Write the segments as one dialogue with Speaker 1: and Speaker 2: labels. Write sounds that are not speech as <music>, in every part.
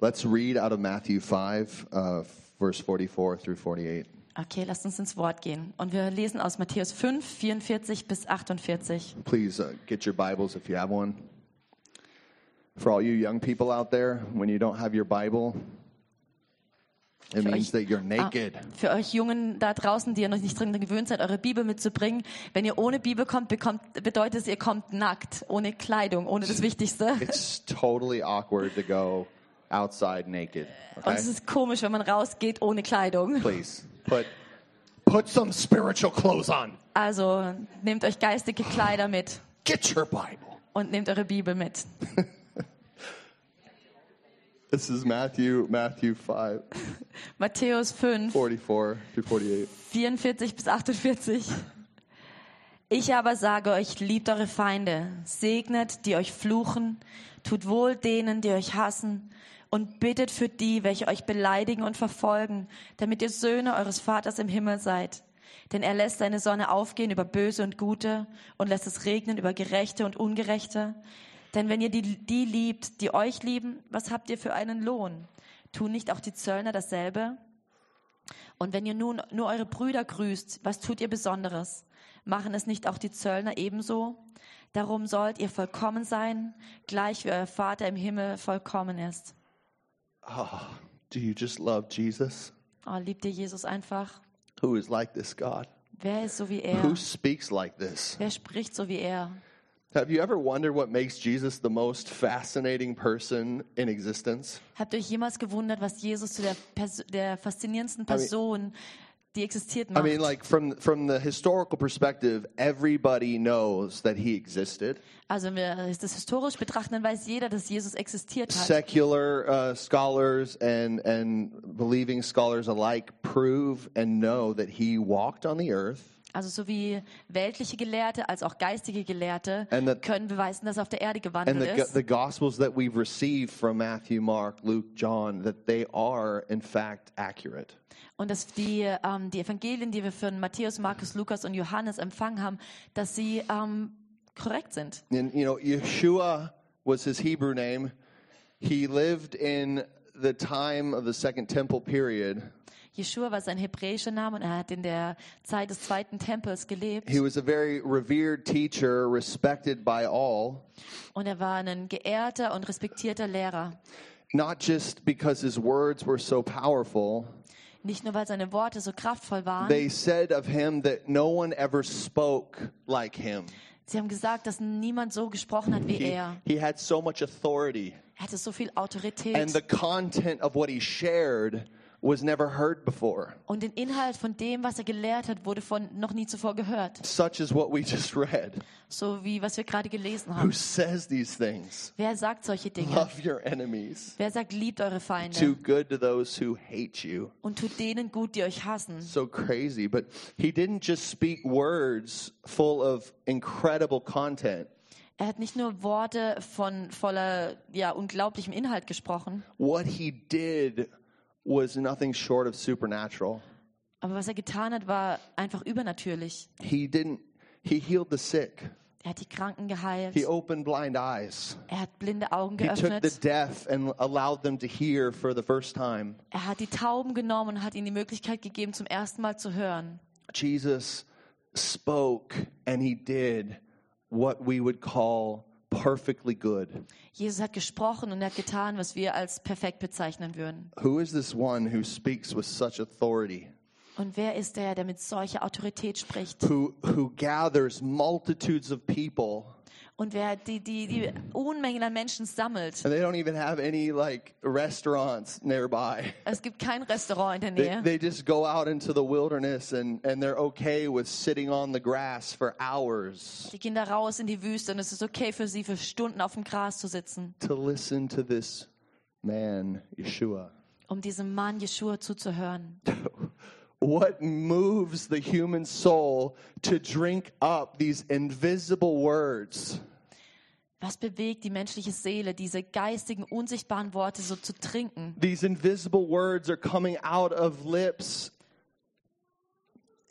Speaker 1: Let's read out of Matthew 5, uh, verse 44 through 48.
Speaker 2: Okay, lasst uns ins Wort gehen. Und wir lesen aus Matthäus 5, 44 bis 48.
Speaker 1: Please uh, get your Bibles if you have one. For all you young people out there, when you don't have your Bible, it
Speaker 2: Für
Speaker 1: means
Speaker 2: euch-
Speaker 1: that you're
Speaker 2: Ah,
Speaker 1: naked.
Speaker 2: für euch Jungen da draußen, die ihr noch nicht drin gewöhnt seid, eure Bibel mitzubringen. Wenn ihr ohne Bibel kommt, bekommt, bedeutet es, ihr kommt nackt, ohne Kleidung, ohne das Wichtigste.
Speaker 1: It's totally awkward to go outside naked.
Speaker 2: Und
Speaker 1: Okay?
Speaker 2: es ist komisch, wenn man rausgeht ohne Kleidung.
Speaker 1: Please put put some spiritual clothes on.
Speaker 2: Also nehmt euch geistige Kleider mit
Speaker 1: Get your Bible.
Speaker 2: und nehmt eure Bibel mit.
Speaker 1: This is Matthew Matthew 5,
Speaker 2: Matthäus 5,
Speaker 1: 44 through 48.
Speaker 2: 44 bis 48. Ich aber sage euch, liebt eure Feinde, segnet, die euch fluchen, tut wohl denen, die euch hassen, und bittet für die, welche euch beleidigen und verfolgen, damit ihr Söhne eures Vaters im Himmel seid. Denn er lässt seine Sonne aufgehen über Böse und Gute und lässt es regnen über Gerechte und Ungerechte. Denn wenn ihr die, die liebt, die euch lieben, was habt ihr für einen Lohn? Tun nicht auch die Zöllner dasselbe? Und wenn ihr nun nur eure Brüder grüßt, was tut ihr Besonderes? Machen es nicht auch die Zöllner ebenso? Darum sollt ihr vollkommen sein, gleich wie euer Vater im Himmel vollkommen ist.
Speaker 1: Do you just love Jesus,
Speaker 2: Oh, liebt ihr Jesus einfach?
Speaker 1: who is like this God,
Speaker 2: Wer ist so wie er?
Speaker 1: who speaks like this?
Speaker 2: Wer spricht so wie er?
Speaker 1: Have you ever wondered what makes Jesus the most fascinating person in existence?
Speaker 2: Habt ihr euch jemals gewundert, was Jesus zu der, Pers der faszinierendsten Person, die existiert,
Speaker 1: I
Speaker 2: macht?
Speaker 1: mean, like from from the historical perspective, everybody knows that he existed.
Speaker 2: also wenn wir das historisch betrachten, dann weiß jeder, dass Jesus existiert hat.
Speaker 1: Secular uh, scholars and and believing scholars alike prove and know that he walked on the earth
Speaker 2: Also so wie weltliche Gelehrte als auch geistige Gelehrte
Speaker 1: And the-
Speaker 2: können beweisen, dass er auf der Erde
Speaker 1: and the
Speaker 2: gewandelt
Speaker 1: go-
Speaker 2: ist.
Speaker 1: the gospels that we've received from Matthew, Mark, Luke, John that they are in fact accurate.
Speaker 2: Und dass die, ähm, die Evangelien, die wir von Matthäus, Markus, Lukas und Johannes empfangen haben, dass sie ähm, korrekt sind.
Speaker 1: And you know, Yeshua was his Hebrew name. He lived in the time of the second temple period.
Speaker 2: Jeschua war sein hebräischer Name und er hat in der Zeit des zweiten Tempels gelebt.
Speaker 1: He was a very revered teacher, respected by all,
Speaker 2: Und er war ein geehrter und respektierter Lehrer.
Speaker 1: not just because his words were so powerful.
Speaker 2: Nicht nur, weil seine Worte so kraftvoll waren.
Speaker 1: They said of him that no one ever spoke like him.
Speaker 2: Sie haben gesagt, dass niemand so gesprochen hat wie
Speaker 1: He,
Speaker 2: er.
Speaker 1: he had so much authority,
Speaker 2: Er hatte so viel
Speaker 1: and the
Speaker 2: Autorität.
Speaker 1: content of what he shared was never heard before.
Speaker 2: Und den Inhalt von dem, was er gelehrt hat, wurde von noch nie zuvor gehört.
Speaker 1: Such is what we <laughs> just read.
Speaker 2: So wie was wir gerade gelesen
Speaker 1: Who
Speaker 2: haben.
Speaker 1: says these things?
Speaker 2: Wer sagt solche Dinge?
Speaker 1: Love your enemies.
Speaker 2: Wer sagt, liebt eure
Speaker 1: Do
Speaker 2: Feinde
Speaker 1: good to those who hate you.
Speaker 2: und tut denen gut, die euch hassen?
Speaker 1: So crazy. But he didn't just speak words full of incredible content.
Speaker 2: Er hat nicht nur Worte von voller, ja, unglaublichem Inhalt gesprochen,
Speaker 1: What he did was nothing short of supernatural.
Speaker 2: aber was er getan hat, war einfach übernatürlich.
Speaker 1: He didn't, he healed the sick,
Speaker 2: Er hat die Kranken geheilt,
Speaker 1: he opened blind eyes.
Speaker 2: er hat blinde Augen
Speaker 1: He took the
Speaker 2: geöffnet,
Speaker 1: deaf and allowed them to hear for the first time.
Speaker 2: er hat die Tauben genommen und hat ihnen die Möglichkeit gegeben, zum ersten Mal zu hören.
Speaker 1: Jesus spoke and he did what we would call perfectly good.
Speaker 2: Jesus hat gesprochen und er hat getan, was wir als perfekt bezeichnen würden.
Speaker 1: Who is this one who speaks with such authority?
Speaker 2: Und wer ist der, der mit solcher Autorität spricht?
Speaker 1: Who, who gathers multitudes of people
Speaker 2: Und wer die, die, die Unmengen an Menschen sammelt.
Speaker 1: and they don't even have any like restaurants nearby.
Speaker 2: Es gibt kein Restaurant in der
Speaker 1: They,
Speaker 2: Nähe.
Speaker 1: they just go out into the wilderness and, and they're okay with sitting on the grass for hours
Speaker 2: Die gehen da raus in die Wüste und es ist okay für sie, für Stunden auf dem Gras zu sitzen,
Speaker 1: to listen to this man, Yeshua.
Speaker 2: um diesem Mann Jeschua zuzuhören.
Speaker 1: What moves the human soul to drink up these invisible words?
Speaker 2: Was bewegt die menschliche Seele, diese geistigen, unsichtbaren Worte so zu trinken?
Speaker 1: These invisible words are coming out of lips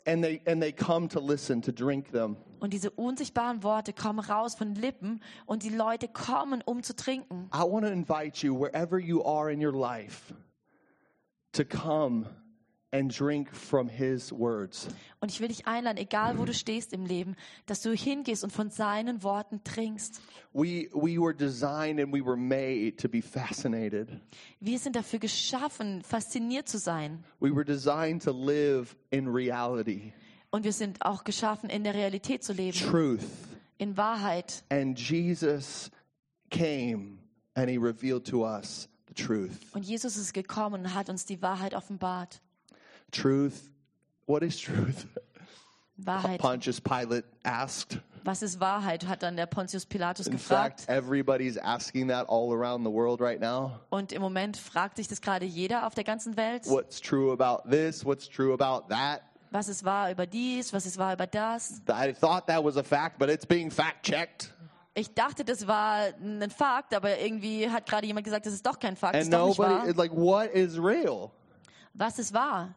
Speaker 1: and they and they come to listen to drink them.
Speaker 2: Und diese unsichtbaren Worte kommen raus von Lippen und die Leute kommen, um zu trinken.
Speaker 1: I want to invite you, wherever you are in your life, to come and drink from his words.
Speaker 2: Und ich will dich einladen, egal wo du stehst im Leben, dass du hingehst und von seinen Worten trinkst.
Speaker 1: We, we were designed and we were made to be fascinated.
Speaker 2: Wir sind dafür geschaffen, fasziniert zu sein.
Speaker 1: We were designed to live in reality,
Speaker 2: Und wir sind auch geschaffen, in der Realität zu leben,
Speaker 1: truth.
Speaker 2: in Wahrheit.
Speaker 1: And Jesus came and he revealed to us the truth.
Speaker 2: Und Jesus ist gekommen und hat uns die Wahrheit offenbart.
Speaker 1: Truth, what is truth?
Speaker 2: Wahrheit.
Speaker 1: Pontius Pilate asked.
Speaker 2: Was ist Wahrheit? hat dann der Pontius Pilatus
Speaker 1: In fact,
Speaker 2: gefragt.
Speaker 1: everybody's asking that all around the world right now.
Speaker 2: Und im Moment fragt sich das gerade jeder auf der ganzen Welt.
Speaker 1: What's true about this? What's true about that?
Speaker 2: Was ist wahr über dies? Was ist wahr über das?
Speaker 1: I thought that was a fact, but it's being fact checked.
Speaker 2: Ich dachte, das war ein Fakt, aber irgendwie hat gerade jemand gesagt, das ist doch kein Fakt. Das
Speaker 1: And
Speaker 2: ist doch nicht
Speaker 1: nobody,
Speaker 2: wahr.
Speaker 1: it's like, what is real?
Speaker 2: Was ist wahr?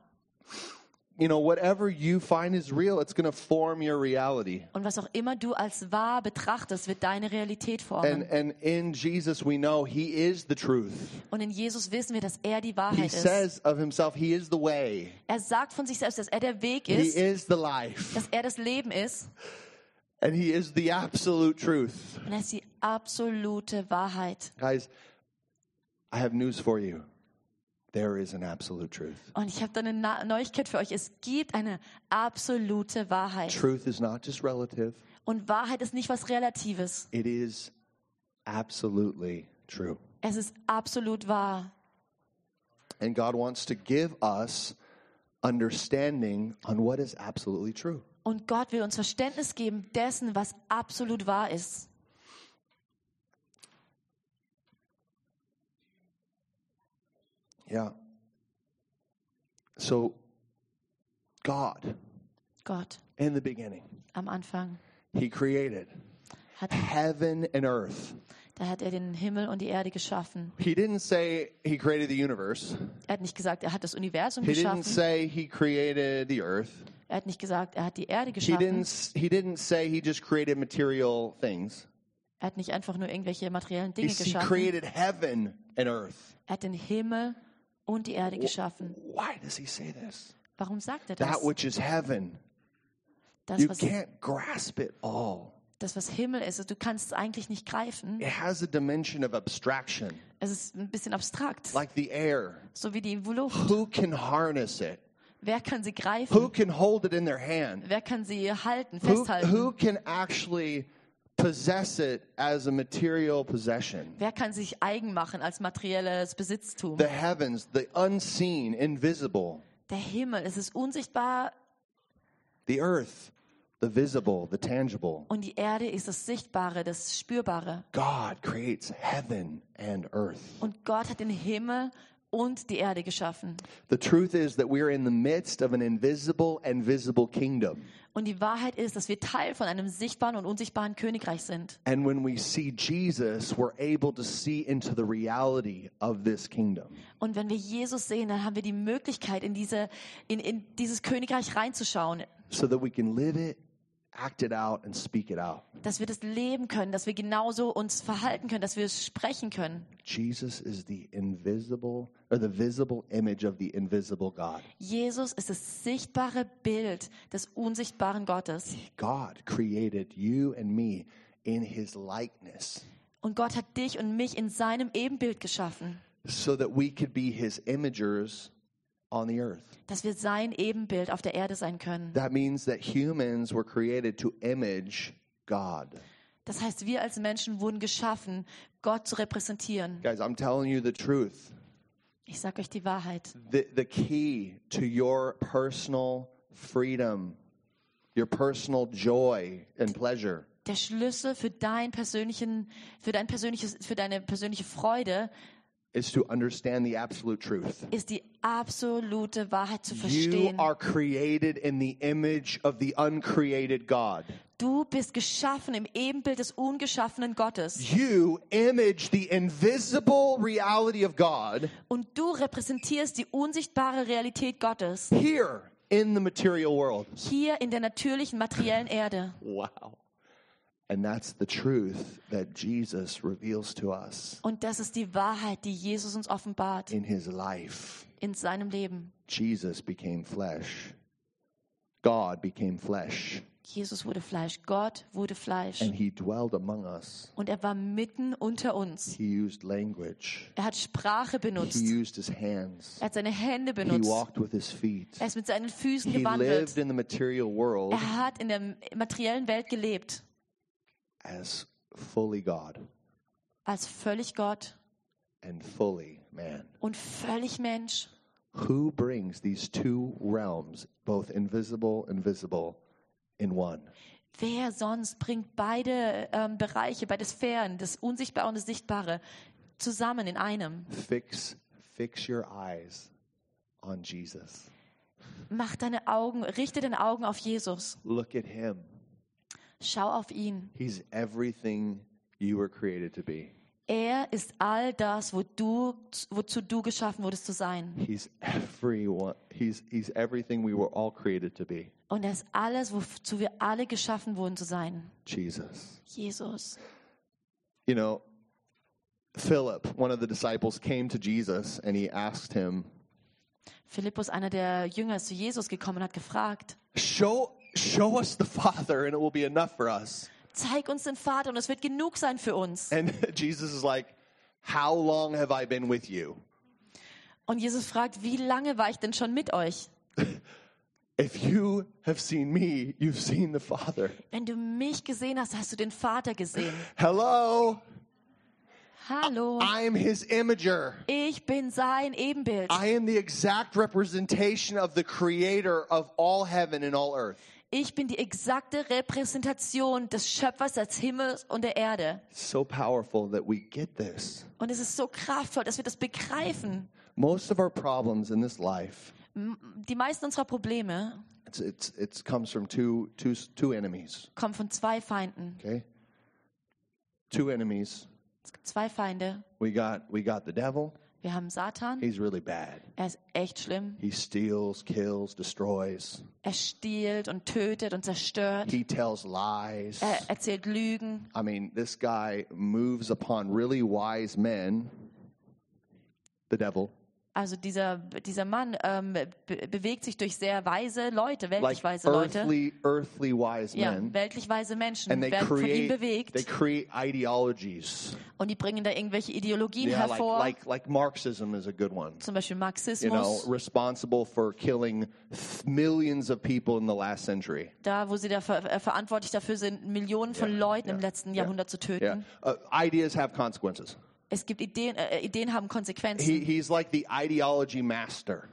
Speaker 1: You know, whatever you find is real, it's going to form your reality.
Speaker 2: Und was auch immer du als wahr betrachtest, wird deine
Speaker 1: And,
Speaker 2: Realität formen.
Speaker 1: and in Jesus, we know He is the truth.
Speaker 2: Und in Jesus wissen wir, dass er die
Speaker 1: He
Speaker 2: Wahrheit ist.
Speaker 1: says of Himself, He is the way,
Speaker 2: Er sagt von sich selbst, dass er der Weg
Speaker 1: He
Speaker 2: ist,
Speaker 1: is the life,
Speaker 2: dass er das Leben ist
Speaker 1: and He is the absolute truth.
Speaker 2: und er ist die absolute Wahrheit.
Speaker 1: Guys, I have news for you. There is an absolute truth.
Speaker 2: Und ich habe da eine Na- Neuigkeit für euch. Es gibt eine absolute Wahrheit.
Speaker 1: Truth is not just relative,
Speaker 2: Und Wahrheit ist nicht was Relatives.
Speaker 1: it is absolutely true.
Speaker 2: Es ist absolut wahr.
Speaker 1: And God wants to give us understanding on what is absolutely true.
Speaker 2: Und Gott will uns Verständnis geben dessen, was absolut wahr ist.
Speaker 1: Yeah. So, God,
Speaker 2: Gott,
Speaker 1: in the beginning,
Speaker 2: am Anfang,
Speaker 1: He created
Speaker 2: hat,
Speaker 1: heaven and earth.
Speaker 2: da hat er den Himmel und die Erde geschaffen.
Speaker 1: He didn't say He created the universe,
Speaker 2: Er hat nicht gesagt, er hat das Universum
Speaker 1: He didn't
Speaker 2: geschaffen.
Speaker 1: say He created the earth.
Speaker 2: Er hat nicht gesagt, er hat die Erde
Speaker 1: He didn't,
Speaker 2: geschaffen.
Speaker 1: s- he didn't say he just created material things.
Speaker 2: Er hat nicht einfach nur irgendwelche materiellen
Speaker 1: He,
Speaker 2: Dinge
Speaker 1: he
Speaker 2: geschaffen.
Speaker 1: created heaven and earth.
Speaker 2: Er hat den Himmel und die Erde geschaffen.
Speaker 1: Why does he say this?
Speaker 2: Warum sagt er das?
Speaker 1: Oh. That which is heaven
Speaker 2: Das
Speaker 1: You
Speaker 2: was,
Speaker 1: can't grasp it all.
Speaker 2: das, was Himmel ist, du kannst es eigentlich nicht greifen.
Speaker 1: It has a dimension of abstraction,
Speaker 2: Es ist ein bisschen abstrakt.
Speaker 1: like the air.
Speaker 2: So wie die Luft.
Speaker 1: Who can harness it?
Speaker 2: Wer kann sie
Speaker 1: Who
Speaker 2: greifen?
Speaker 1: can hold it in their hand?
Speaker 2: Wer kann sie halten,
Speaker 1: Who,
Speaker 2: festhalten?
Speaker 1: who can actually possess it as a material possession?
Speaker 2: Wer kann sich eigen machen als materielles Besitztum?
Speaker 1: The heavens, the unseen, invisible,
Speaker 2: Der Himmel, es ist unsichtbar
Speaker 1: the earth, the visible, the tangible.
Speaker 2: und die Erde ist das Sichtbare, das Spürbare.
Speaker 1: God creates heaven and earth.
Speaker 2: Und Gott hat den Himmel und die Erde geschaffen.
Speaker 1: The truth is that we are in the midst of an invisible and visible kingdom.
Speaker 2: Und die Wahrheit ist, dass wir Teil von einem sichtbaren und unsichtbaren Königreich sind.
Speaker 1: And when we see Jesus, we're able to see into the reality of this kingdom.
Speaker 2: Und wenn wir Jesus sehen, dann haben wir die Möglichkeit, in, diese, in, in dieses Königreich reinzuschauen,
Speaker 1: so that we can live it, act it out, and speak it out.
Speaker 2: dass wir das leben können, dass wir genauso uns verhalten können, dass wir es sprechen können.
Speaker 1: Jesus is the invisible or the visible image of the invisible God.
Speaker 2: Jesus ist das sichtbare Bild des unsichtbaren Gottes.
Speaker 1: God created you and me in his likeness
Speaker 2: Und Gott hat dich und mich in seinem Ebenbild geschaffen,
Speaker 1: so that we could be his imagers on the earth.
Speaker 2: dass wir sein Ebenbild auf der Erde sein können.
Speaker 1: That means that humans were created to image God.
Speaker 2: Das heißt, wir als Menschen wurden geschaffen, Gott zu repräsentieren.
Speaker 1: Guys, I'm telling you the truth.
Speaker 2: Ich sage euch die Wahrheit.
Speaker 1: the, the key to your personal freedom, your personal joy and pleasure
Speaker 2: Der Schlüssel für dein persönlichen, für dein persönliches, für deine persönliche Freude
Speaker 1: is to understand the absolute truth.
Speaker 2: ist die absolute Wahrheit zu
Speaker 1: You
Speaker 2: verstehen.
Speaker 1: are created in the image of the uncreated God.
Speaker 2: Du bist geschaffen im Ebenbild des ungeschaffenen Gottes
Speaker 1: You image the invisible reality of God
Speaker 2: und du repräsentierst die unsichtbare Realität Gottes
Speaker 1: here in the material world.
Speaker 2: hier in der natürlichen, materiellen Erde.
Speaker 1: Wow. And that's the truth that Jesus reveals to us
Speaker 2: Und das ist die Wahrheit, die Jesus uns offenbart
Speaker 1: in his life.
Speaker 2: in seinem Leben.
Speaker 1: Jesus became flesh. God became flesh.
Speaker 2: Jesus wurde Fleisch, Gott wurde Fleisch.
Speaker 1: And he dwelled among us.
Speaker 2: Und er war mitten unter uns.
Speaker 1: He used language.
Speaker 2: Er hat Sprache
Speaker 1: He
Speaker 2: benutzt.
Speaker 1: used his hands.
Speaker 2: Er hat seine Hände
Speaker 1: He
Speaker 2: benutzt.
Speaker 1: walked with his feet.
Speaker 2: Er ist mit seinen Füßen
Speaker 1: He lived
Speaker 2: gewandelt.
Speaker 1: in the material world
Speaker 2: Er hat in der materiellen Welt gelebt.
Speaker 1: as fully God
Speaker 2: Als völlig Gott
Speaker 1: and fully man.
Speaker 2: und völlig Mensch.
Speaker 1: Who brings these two realms, both invisible and visible, in one?
Speaker 2: Wer sonst bringt beide ähm, Bereiche, beide Sphären, das Unsichtbare und das Sichtbare, zusammen in einem?
Speaker 1: Fix, fix your eyes on Jesus.
Speaker 2: Mach deine Augen, richte deine Augen auf Jesus.
Speaker 1: Look at him.
Speaker 2: Schau auf ihn.
Speaker 1: He's everything you were created to be.
Speaker 2: Er ist all das, wo du, wozu du geschaffen wurdest zu sein.
Speaker 1: He's everyone. He's he's everything we were all created to be.
Speaker 2: Und er ist alles, wozu wir alle geschaffen wurden zu sein.
Speaker 1: Jesus.
Speaker 2: Jesus.
Speaker 1: You know, Philip, one of the disciples, came to Jesus and he asked him,
Speaker 2: Philippus, einer der Jünger, ist zu Jesus gekommen und hat gefragt,
Speaker 1: "Show show us the Father, and it will be enough for us."
Speaker 2: zeig uns den Vater und es wird genug sein für uns.
Speaker 1: And <laughs> Jesus is like, "How long have I been with you?
Speaker 2: Und Jesus fragt, wie lange war ich denn schon mit euch?
Speaker 1: If you have seen me, you've seen the Father."
Speaker 2: Wenn du mich gesehen hast, hast du den Vater gesehen.
Speaker 1: Hello,
Speaker 2: Hallo,
Speaker 1: I'm His imager.
Speaker 2: ich bin sein Ebenbild.
Speaker 1: I am the exact representation of the creator of all heaven and all earth.
Speaker 2: Ich bin die exakte Repräsentation des Schöpfers des Himmels und der Erde.
Speaker 1: so powerful that we get this.
Speaker 2: Und es ist so kraftvoll, dass wir das begreifen.
Speaker 1: Most of our problems in this life,
Speaker 2: Die meisten unserer Probleme
Speaker 1: it's it's it comes from two two two enemies.
Speaker 2: kommen von zwei Feinden.
Speaker 1: Okay, two enemies.
Speaker 2: Es gibt zwei Feinde.
Speaker 1: We got we got the devil.
Speaker 2: Wir haben Satan.
Speaker 1: He's really bad.
Speaker 2: Er ist echt schlimm.
Speaker 1: He steals, kills, destroys.
Speaker 2: Er stiehlt und tötet und zerstört.
Speaker 1: He tells lies.
Speaker 2: Er erzählt Lügen.
Speaker 1: I mean, this guy moves upon really wise men. The devil,
Speaker 2: Also dieser, dieser Mann ähm, be bewegt sich durch sehr weise Leute,
Speaker 1: like
Speaker 2: weltlich weise Leute.
Speaker 1: earthly, earthly wise
Speaker 2: Ja,
Speaker 1: men,
Speaker 2: weltlich weise Menschen
Speaker 1: and they
Speaker 2: werden von ihm
Speaker 1: create they
Speaker 2: bewegt
Speaker 1: create ideologies.
Speaker 2: und die bringen da irgendwelche Ideologien
Speaker 1: Yeah, like,
Speaker 2: hervor.
Speaker 1: like like Marxism is a good one.
Speaker 2: zum Beispiel
Speaker 1: You know,
Speaker 2: Marxismus,
Speaker 1: responsible for killing th- millions of people in the last century.
Speaker 2: da wo sie da ver äh, verantwortlich dafür sind, Millionen von
Speaker 1: Ja,
Speaker 2: Leuten
Speaker 1: ja,
Speaker 2: im letzten
Speaker 1: ja,
Speaker 2: Jahrhundert zu töten.
Speaker 1: Yeah, uh, ideas have consequences.
Speaker 2: Es gibt Ideen, äh, Ideen haben Konsequenzen.
Speaker 1: He, he's like the ideology master,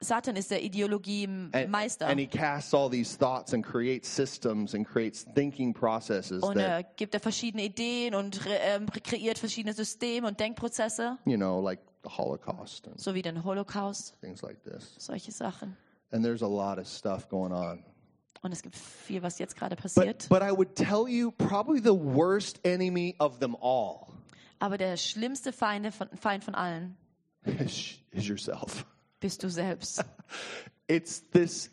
Speaker 2: Satan ist der
Speaker 1: and,
Speaker 2: Ideologiemeister
Speaker 1: and he casts all these thoughts and creates systems and creates thinking processes
Speaker 2: und
Speaker 1: that
Speaker 2: äh, gibt er verschiedene Ideen und re ähm, kreiert verschiedene Systeme und Denkprozesse,
Speaker 1: you know, like the Holocaust and
Speaker 2: so wie den Holocaust,
Speaker 1: things like this.
Speaker 2: solche Sachen.
Speaker 1: And there's a lot of stuff going on.
Speaker 2: Und es gibt viel, was jetzt gerade
Speaker 1: But
Speaker 2: passiert.
Speaker 1: but I would tell you probably the worst enemy of them all
Speaker 2: Aber der schlimmste Feinde von, Feind von allen
Speaker 1: is, is yourself.
Speaker 2: bist
Speaker 1: <laughs>
Speaker 2: du selbst.
Speaker 1: it's this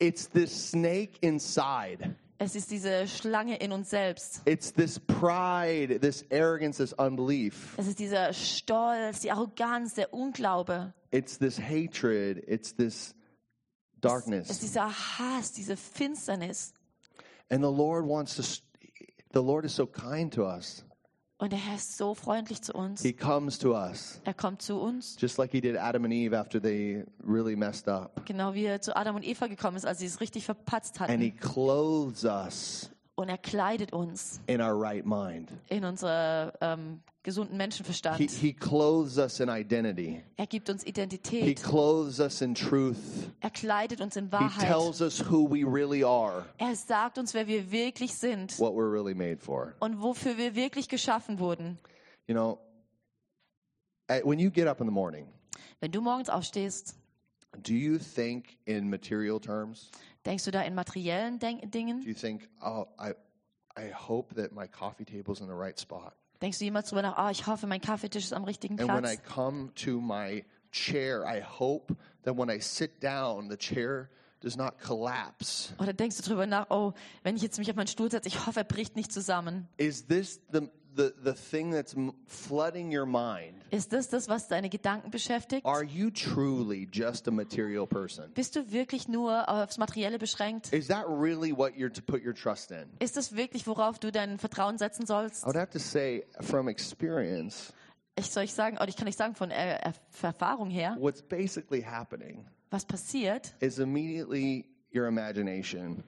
Speaker 1: it's this snake inside
Speaker 2: es ist diese Schlange in uns selbst.
Speaker 1: it's this pride this arrogance this unbelief
Speaker 2: Es ist dieser Stolz, die Arroganz, der Unglaube.
Speaker 1: it's this hatred it's this
Speaker 2: Es ist
Speaker 1: darkness
Speaker 2: dieser Hass, diese Finsternis.
Speaker 1: and the lord wants to s- the lord is so kind to us
Speaker 2: Und der Herr ist so freundlich zu uns.
Speaker 1: he comes to us
Speaker 2: Er kommt zu uns,
Speaker 1: just like he did adam and eve after they really messed up
Speaker 2: genau wie er zu Adam und Eva gekommen ist, als sie es richtig verpatzt
Speaker 1: and he
Speaker 2: hatten.
Speaker 1: clothes us
Speaker 2: Und er kleidet uns
Speaker 1: in our right mind
Speaker 2: in unseren ähm, gesunden
Speaker 1: he,
Speaker 2: Menschenverstand.
Speaker 1: he clothes us in identity
Speaker 2: Er gibt uns
Speaker 1: he
Speaker 2: Identität.
Speaker 1: clothes us in truth
Speaker 2: Er kleidet uns in
Speaker 1: he
Speaker 2: Wahrheit.
Speaker 1: tells us who we really are
Speaker 2: Er sagt uns, wer wir wirklich sind
Speaker 1: what we're really made for.
Speaker 2: und wofür wir wirklich geschaffen wurden.
Speaker 1: You know, at- when you get up in the morning,
Speaker 2: Wenn du morgens aufstehst,
Speaker 1: do you think in material terms?
Speaker 2: denkst du da in materiellen Denk Dingen?
Speaker 1: Do you think, oh, I, I hope that my coffee table's in the right spot,
Speaker 2: Denkst du jemals drüber nach, ah, ich hoffe, mein Kaffeetisch ist am richtigen
Speaker 1: and when I
Speaker 2: Platz?
Speaker 1: come to my chair, I hope that when I sit down, the chair does not collapse.
Speaker 2: Oder denkst du drüber nach, oh, wenn ich jetzt mich auf meinen Stuhl setze, ich hoffe, er bricht nicht zusammen.
Speaker 1: Is this the, the, the thing that's m- flooding your mind?
Speaker 2: Ist das das, was deine Gedanken beschäftigt?
Speaker 1: Are you truly just a material person?
Speaker 2: Bist du wirklich nur aufs Materielle beschränkt?
Speaker 1: Is that really what you're to put your trust in?
Speaker 2: Ist das wirklich, worauf du dein Vertrauen setzen sollst?
Speaker 1: I would have to say, from experience,
Speaker 2: Ich soll ich sagen, oder ich kann nicht sagen von äh, Erf- Erfahrung her,
Speaker 1: what's basically happening
Speaker 2: was passiert,
Speaker 1: is immediately your imagination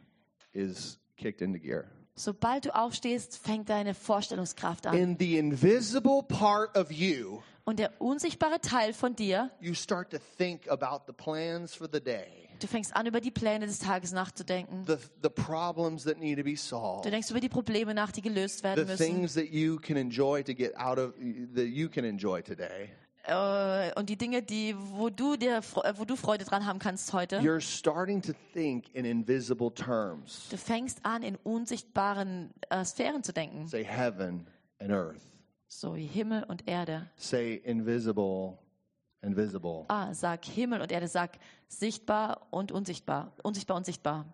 Speaker 1: is kicked into gear.
Speaker 2: sobald du aufstehst, fängt deine Vorstellungskraft an.
Speaker 1: In the invisible part of you,
Speaker 2: Und der unsichtbare Teil von dir,
Speaker 1: you start to think about the plans for the day,
Speaker 2: du fängst an, über die Pläne des Tages nachzudenken.
Speaker 1: the, the problems that need to be
Speaker 2: Du
Speaker 1: solved,
Speaker 2: denkst über die Probleme nach, die gelöst
Speaker 1: the
Speaker 2: werden müssen.
Speaker 1: things that you can enjoy to get out of, that you can enjoy today.
Speaker 2: Äh, und die Dinge, die, wo, du dir, fre- äh, wo du Freude dran haben kannst heute.
Speaker 1: You're starting to think in invisible terms.
Speaker 2: Du fängst an, in unsichtbaren äh, Sphären zu denken.
Speaker 1: Say heaven and earth.
Speaker 2: So wie Himmel und Erde.
Speaker 1: Say invisible, invisible.
Speaker 2: Ah, sag Himmel und Erde, sag sichtbar und unsichtbar. Unsichtbar und sichtbar.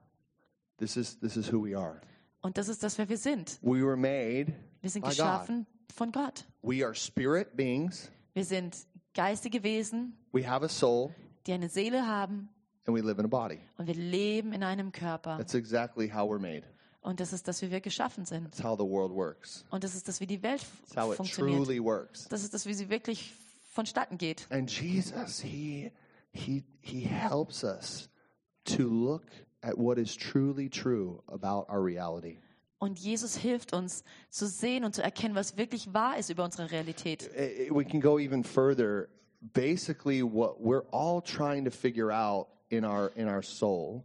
Speaker 1: This is, this is who we are.
Speaker 2: Und das ist das, wer wir sind.
Speaker 1: We were made
Speaker 2: Wir sind
Speaker 1: by God.
Speaker 2: geschaffen von Gott.
Speaker 1: We are spirit beings.
Speaker 2: Wir sind geistige Wesen,
Speaker 1: We have a soul
Speaker 2: die eine Seele haben
Speaker 1: and we live in a body.
Speaker 2: und wir leben in einem Körper.
Speaker 1: That's exactly how we're made.
Speaker 2: Und das ist das, wie wir geschaffen sind.
Speaker 1: That's how the world works.
Speaker 2: Und das ist das, wie die Welt
Speaker 1: It's how it
Speaker 2: funktioniert.
Speaker 1: truly works.
Speaker 2: Das ist das, wie sie wirklich vonstatten geht.
Speaker 1: And Jesus, he he he helps us to look at what is truly true about our reality.
Speaker 2: Und Jesus hilft uns zu sehen und zu erkennen, was wirklich wahr ist über unsere Realität.
Speaker 1: I- I- we can go even further. Basically, what we're all trying to figure out in our in our soul,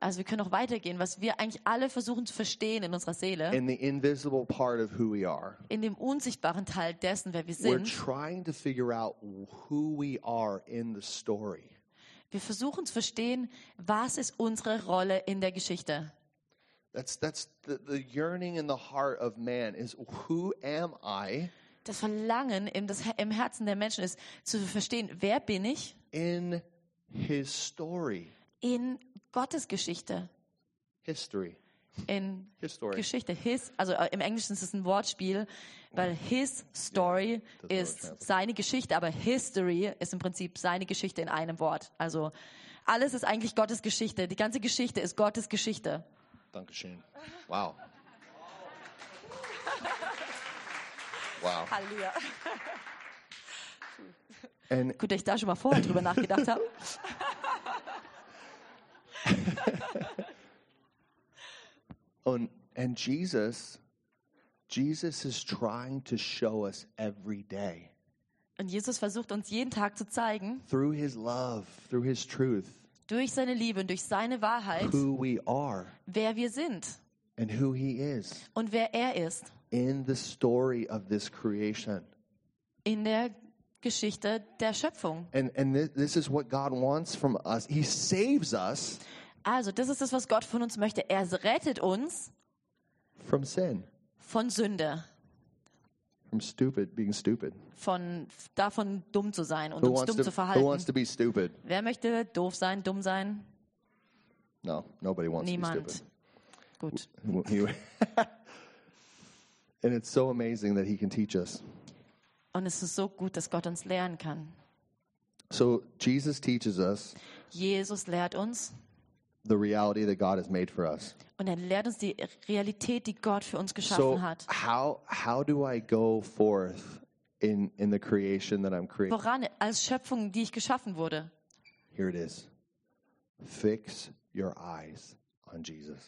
Speaker 2: Also wir können auch weitergehen, was wir eigentlich alle versuchen zu verstehen in unserer Seele,
Speaker 1: in the invisible part of who we are.
Speaker 2: in dem unsichtbaren Teil dessen, wer wir
Speaker 1: We're
Speaker 2: sind.
Speaker 1: trying to figure out who we are in the story.
Speaker 2: Wir versuchen zu verstehen, was ist unsere Rolle in der Geschichte.
Speaker 1: That's that's the, the yearning in the heart of man is who am I
Speaker 2: Das Verlangen im, das, im Herzen der Menschen ist, zu verstehen, wer bin ich
Speaker 1: in his story.
Speaker 2: in Gottes Geschichte.
Speaker 1: History.
Speaker 2: In
Speaker 1: His story.
Speaker 2: Geschichte. His, also äh, im Englischen ist es ein Wortspiel, weil his story
Speaker 1: doesn't really
Speaker 2: ist
Speaker 1: translate.
Speaker 2: seine Geschichte, aber history ist im Prinzip seine Geschichte in einem Wort. Also alles ist eigentlich Gottes Geschichte. Die ganze Geschichte ist Gottes Geschichte.
Speaker 1: Dankeschön. Wow. <laughs> Wow.
Speaker 2: Halleluja.
Speaker 1: And
Speaker 2: Gut, dass ich da schon mal vorher drüber nachgedacht habe.
Speaker 1: Oh, and, and Jesus Jesus is trying to show us every day
Speaker 2: Und Jesus versucht uns jeden Tag zu zeigen,
Speaker 1: through his love, through his truth,
Speaker 2: durch seine Liebe und durch seine Wahrheit,
Speaker 1: who we are
Speaker 2: wer wir sind.
Speaker 1: and who he is
Speaker 2: und wer er ist
Speaker 1: in the story of this creation.
Speaker 2: in der Geschichte der Schöpfung.
Speaker 1: And and thi- this is what God wants from us. He saves us
Speaker 2: Also, das ist das, was Gott von uns möchte. Er rettet uns
Speaker 1: from sin,
Speaker 2: von Sünde,
Speaker 1: from stupid being stupid.
Speaker 2: von davon dumm zu sein und
Speaker 1: Who
Speaker 2: uns
Speaker 1: wants
Speaker 2: dumm
Speaker 1: to, who
Speaker 2: zu
Speaker 1: wants
Speaker 2: verhalten.
Speaker 1: to be stupid?
Speaker 2: Wer möchte doof sein, dumm sein?
Speaker 1: No, nobody wants to be
Speaker 2: Niemand.
Speaker 1: stupid. <laughs>
Speaker 2: Gut.
Speaker 1: Who- you- <laughs> and it's so amazing that he can teach us.
Speaker 2: Und es ist so gut, dass Gott uns lehren kann.
Speaker 1: So Jesus teaches us
Speaker 2: Jesus lehrt uns
Speaker 1: the reality that God has made for us.
Speaker 2: und er lehrt uns die Realität, die Gott für uns
Speaker 1: So
Speaker 2: geschaffen hat.
Speaker 1: how how do I go forth in in the creation that I'm creating?
Speaker 2: Woran als Schöpfung, die ich geschaffen wurde.
Speaker 1: Here it is. Fix your eyes on Jesus.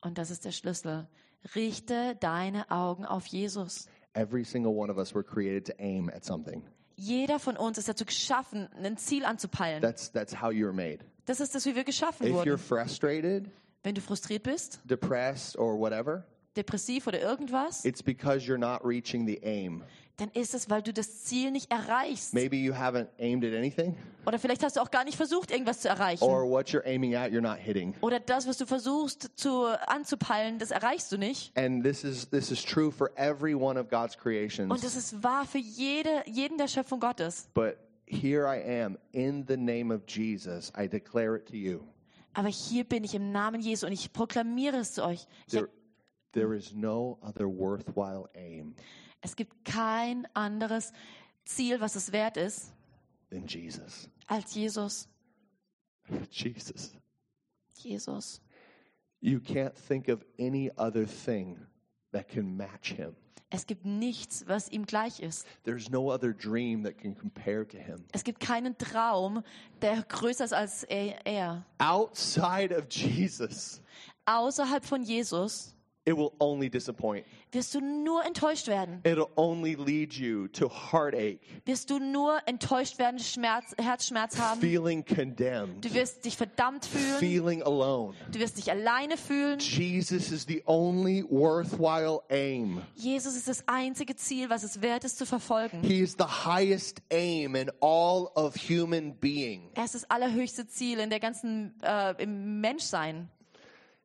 Speaker 2: Und das ist der Schlüssel. Richte deine Augen auf Jesus.
Speaker 1: Every single one of us were created to aim at something.
Speaker 2: Jeder von uns ist dazu geschaffen, ein Ziel anzupeilen.
Speaker 1: That's that's how you're made.
Speaker 2: Das ist das, wie wir geschaffen
Speaker 1: If you're
Speaker 2: wurden.
Speaker 1: frustrated,
Speaker 2: Wenn du frustriert bist,
Speaker 1: depressed, or whatever,
Speaker 2: depressiv oder irgendwas,
Speaker 1: it's because you're not reaching the aim.
Speaker 2: dann ist es, weil du das Ziel nicht erreichst.
Speaker 1: Maybe you haven't aimed at anything,
Speaker 2: Oder vielleicht hast du auch gar nicht versucht, irgendwas zu erreichen.
Speaker 1: or what you're aiming at, you're not hitting.
Speaker 2: Oder das, was du versuchst zu anzupeilen, das erreichst du nicht.
Speaker 1: And this is this is true for every one of God's
Speaker 2: Und
Speaker 1: creations.
Speaker 2: das ist wahr für jede, jeden der Schöpfung Gottes.
Speaker 1: But here I am in the name of Jesus. I declare it to you.
Speaker 2: Aber hier bin ich im Namen Jesu und ich proklamiere es zu euch. Ich,
Speaker 1: There, there is no other worthwhile aim
Speaker 2: es gibt kein anderes Ziel, was es wert ist,
Speaker 1: than Jesus.
Speaker 2: als Jesus.
Speaker 1: Jesus.
Speaker 2: Jesus.
Speaker 1: You can't think of any other thing that can match him.
Speaker 2: Es gibt nichts, was ihm gleich ist.
Speaker 1: There's no other dream that can compare to him.
Speaker 2: Es gibt keinen Traum, der größer ist als er. er.
Speaker 1: Outside of Jesus,
Speaker 2: Außerhalb von Jesus
Speaker 1: it will only disappoint.
Speaker 2: wirst du nur enttäuscht werden.
Speaker 1: It'll only lead you to heartache,
Speaker 2: Wirst du nur enttäuscht werden, Schmerz, Herzschmerz haben.
Speaker 1: feeling condemned,
Speaker 2: Du wirst dich verdammt fühlen.
Speaker 1: feeling alone.
Speaker 2: Du wirst dich alleine fühlen.
Speaker 1: Jesus is the only worthwhile aim.
Speaker 2: Jesus ist das einzige Ziel, was es wert ist zu verfolgen.
Speaker 1: He is the highest aim in all of human being.
Speaker 2: Er ist das allerhöchste Ziel in der ganzen äh, im Menschsein.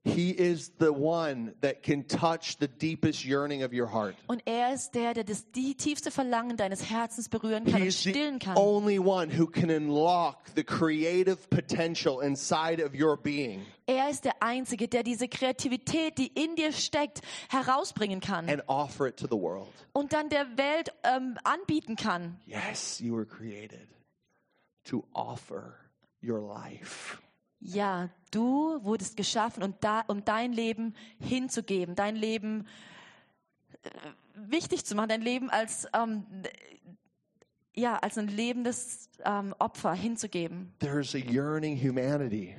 Speaker 1: He is the one that can touch the deepest yearning of your heart.
Speaker 2: Und er ist der, der das die tiefste Verlangen deines Herzens berühren kann und
Speaker 1: He's
Speaker 2: stillen
Speaker 1: the
Speaker 2: kann.
Speaker 1: only one who can unlock the creative potential inside of your being
Speaker 2: Er ist der Einzige, der diese Kreativität, die in dir steckt, herausbringen kann
Speaker 1: and offer it to the world.
Speaker 2: und dann der Welt ähm, anbieten kann.
Speaker 1: Yes, you were created to offer your life.
Speaker 2: Ja, du wurdest geschaffen, um, da, um dein Leben hinzugeben, dein Leben äh, wichtig zu machen, dein Leben als, ähm, ja, als ein lebendes ähm, Opfer hinzugeben.
Speaker 1: There's a yearning humanity,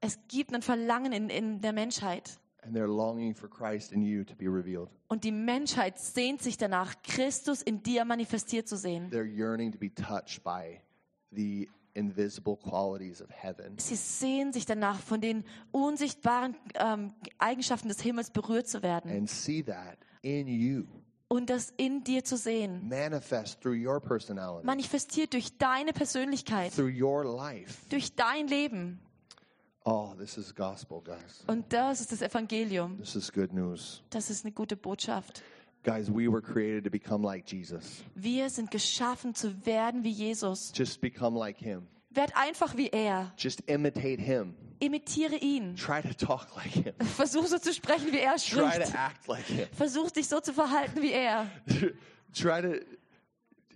Speaker 2: Es gibt ein Verlangen in, in der Menschheit.
Speaker 1: and they're longing for Christ in you to be revealed.
Speaker 2: Und die Menschheit sehnt sich danach, Christus in dir manifestiert zu sehen.
Speaker 1: They're yearning to be touched by the invisible qualities of heaven.
Speaker 2: Sie sehen sich danach, von den unsichtbaren ähm, Eigenschaften des Himmels berührt zu werden
Speaker 1: and see that in you
Speaker 2: und das in dir zu sehen.
Speaker 1: manifest through your personality,
Speaker 2: Manifestiert durch deine Persönlichkeit,
Speaker 1: through your life.
Speaker 2: durch dein Leben.
Speaker 1: Oh, this is gospel, guys.
Speaker 2: Und das ist das Evangelium.
Speaker 1: This is good news.
Speaker 2: Das ist eine gute Botschaft.
Speaker 1: Guys, we were created to become like Jesus.
Speaker 2: Wir sind geschaffen zu werden wie Jesus.
Speaker 1: Just become like him.
Speaker 2: Werd einfach wie er.
Speaker 1: Just imitate him.
Speaker 2: Imitiere ihn.
Speaker 1: Try to talk <laughs> like him.
Speaker 2: <laughs> Versuch so zu sprechen, wie er
Speaker 1: Try to
Speaker 2: spricht.
Speaker 1: act like him. <laughs>
Speaker 2: Versuch dich so zu verhalten wie er.
Speaker 1: try to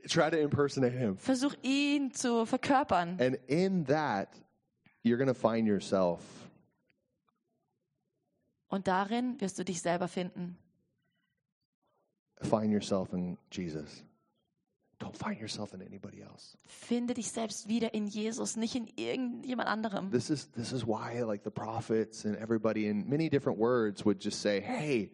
Speaker 1: try to impersonate him.
Speaker 2: Versuch ihn zu verkörpern.
Speaker 1: And in that, you're going to find yourself.
Speaker 2: Und darin wirst du dich selber finden.
Speaker 1: Find yourself in Jesus. Don't find yourself in anybody else.
Speaker 2: Finde dich selbst wieder in Jesus, nicht in irgendjemand anderem.
Speaker 1: this is this is why like the prophets and everybody in many different words would just say hey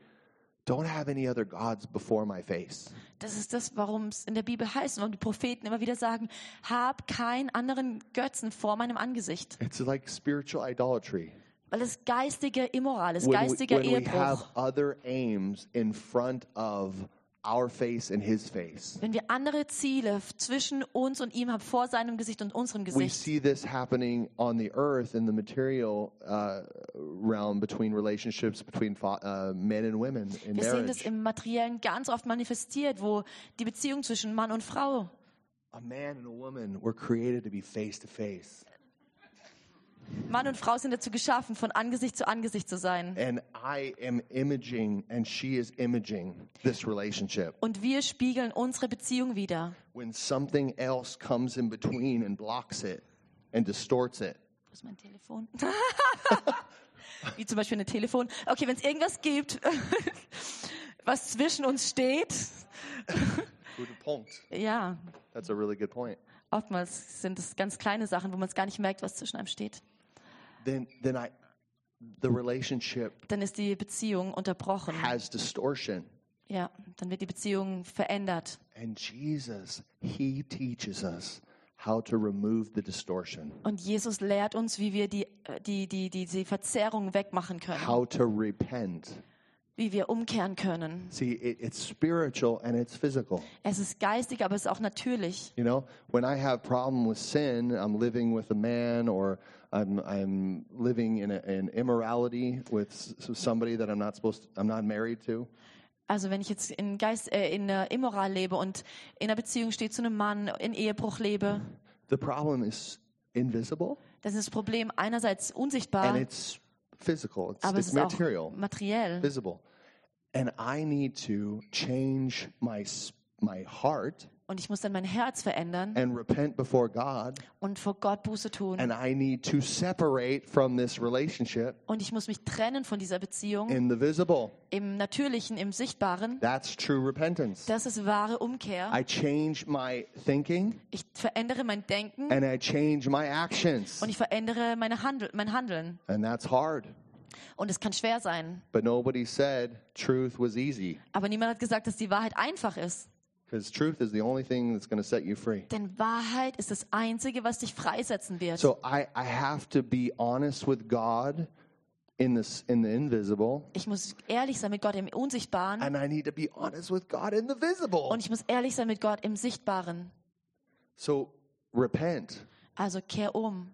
Speaker 1: don't have any other gods before my face
Speaker 2: Das ist das, warum es in der Bibel heißt, warum die Propheten immer wieder sagen, hab keinen anderen Götzen vor meinem Angesicht.
Speaker 1: it's like spiritual idolatry
Speaker 2: Weil es geistige Immoral ist,
Speaker 1: when, we,
Speaker 2: geistiger
Speaker 1: when we have
Speaker 2: Ehebruch.
Speaker 1: other aims in front of our face and his face
Speaker 2: Wenn wir andere Ziele zwischen uns und ihm haben, vor seinem Gesicht und unserem
Speaker 1: we
Speaker 2: Gesicht.
Speaker 1: see this happening on the earth in the material uh, realm between relationships between fa- uh, men and women in
Speaker 2: Wir sehen das
Speaker 1: marriage.
Speaker 2: im Materiellen ganz oft manifestiert, wo die Beziehung zwischen Mann und Frau,
Speaker 1: A man and a woman were created to be face to face.
Speaker 2: Mann und Frau sind dazu geschaffen, von Angesicht zu Angesicht zu sein.
Speaker 1: and I am imaging and she is imaging this relationship.
Speaker 2: Und wir spiegeln unsere Beziehung wieder.
Speaker 1: When something else comes in between and blocks it and distorts it,
Speaker 2: Wo ist mein Telefon? <laughs> Wie zum Beispiel ein Telefon. Okay, wenn es irgendwas gibt, <laughs> was zwischen uns steht,
Speaker 1: Guter Punkt.
Speaker 2: ja,
Speaker 1: That's a really good point.
Speaker 2: oftmals sind es ganz kleine Sachen, wo man es gar nicht merkt, was zwischen einem steht.
Speaker 1: Then, then I, the relationship
Speaker 2: Dann ist die Beziehung unterbrochen.
Speaker 1: has distortion.
Speaker 2: Ja, dann wird die Beziehung verändert.
Speaker 1: And Jesus, He teaches us how to remove the distortion,
Speaker 2: Und Jesus lehrt uns, wie wir die, äh, die, die, die, die Verzerrung wegmachen können,
Speaker 1: how to repent.
Speaker 2: wie wir umkehren können.
Speaker 1: See, it, it's spiritual and it's physical.
Speaker 2: Es ist geistig, aber es ist auch natürlich.
Speaker 1: You know, when I have problem with sin, I'm living with a man, or I'm I'm living in, a, in immorality with s- s- somebody that I'm not supposed, to, I'm not married to.
Speaker 2: Also wenn ich jetzt in Geist äh, in äh, immoral lebe und in einer Beziehung stehe zu einem Mann, in Ehebruch lebe,
Speaker 1: The problem is invisible,
Speaker 2: Das ist das Problem einerseits unsichtbar,
Speaker 1: and it's physical, it's,
Speaker 2: aber es
Speaker 1: it's
Speaker 2: ist auch
Speaker 1: material,
Speaker 2: materiell.
Speaker 1: visible. And I need to change my, s- my heart
Speaker 2: Und ich muss dann mein Herz verändern
Speaker 1: and repent before God,
Speaker 2: und vor Gott Buße tun.
Speaker 1: and I need to separate from this relationship
Speaker 2: Und ich muss mich trennen von dieser Beziehung
Speaker 1: in the visible.
Speaker 2: im Natürlichen, im Sichtbaren.
Speaker 1: That's true repentance.
Speaker 2: Das ist wahre Umkehr.
Speaker 1: I change my thinking
Speaker 2: Ich verändere mein Denken
Speaker 1: and I change my actions.
Speaker 2: und ich verändere meine Handel, mein Handeln.
Speaker 1: And that's hard.
Speaker 2: Und es kann schwer sein.
Speaker 1: But nobody said truth was easy
Speaker 2: Aber niemand hat gesagt, dass die Wahrheit einfach ist.
Speaker 1: because truth is the only thing that's going to set you free.
Speaker 2: Denn Wahrheit ist das Einzige, was dich freisetzen wird.
Speaker 1: So I, I have to be honest with God in this in the invisible,
Speaker 2: Ich muss ehrlich sein mit Gott im Unsichtbaren
Speaker 1: and I need to be honest with God in the visible.
Speaker 2: und ich muss ehrlich sein mit Gott im Sichtbaren.
Speaker 1: So repent.
Speaker 2: Also kehr um.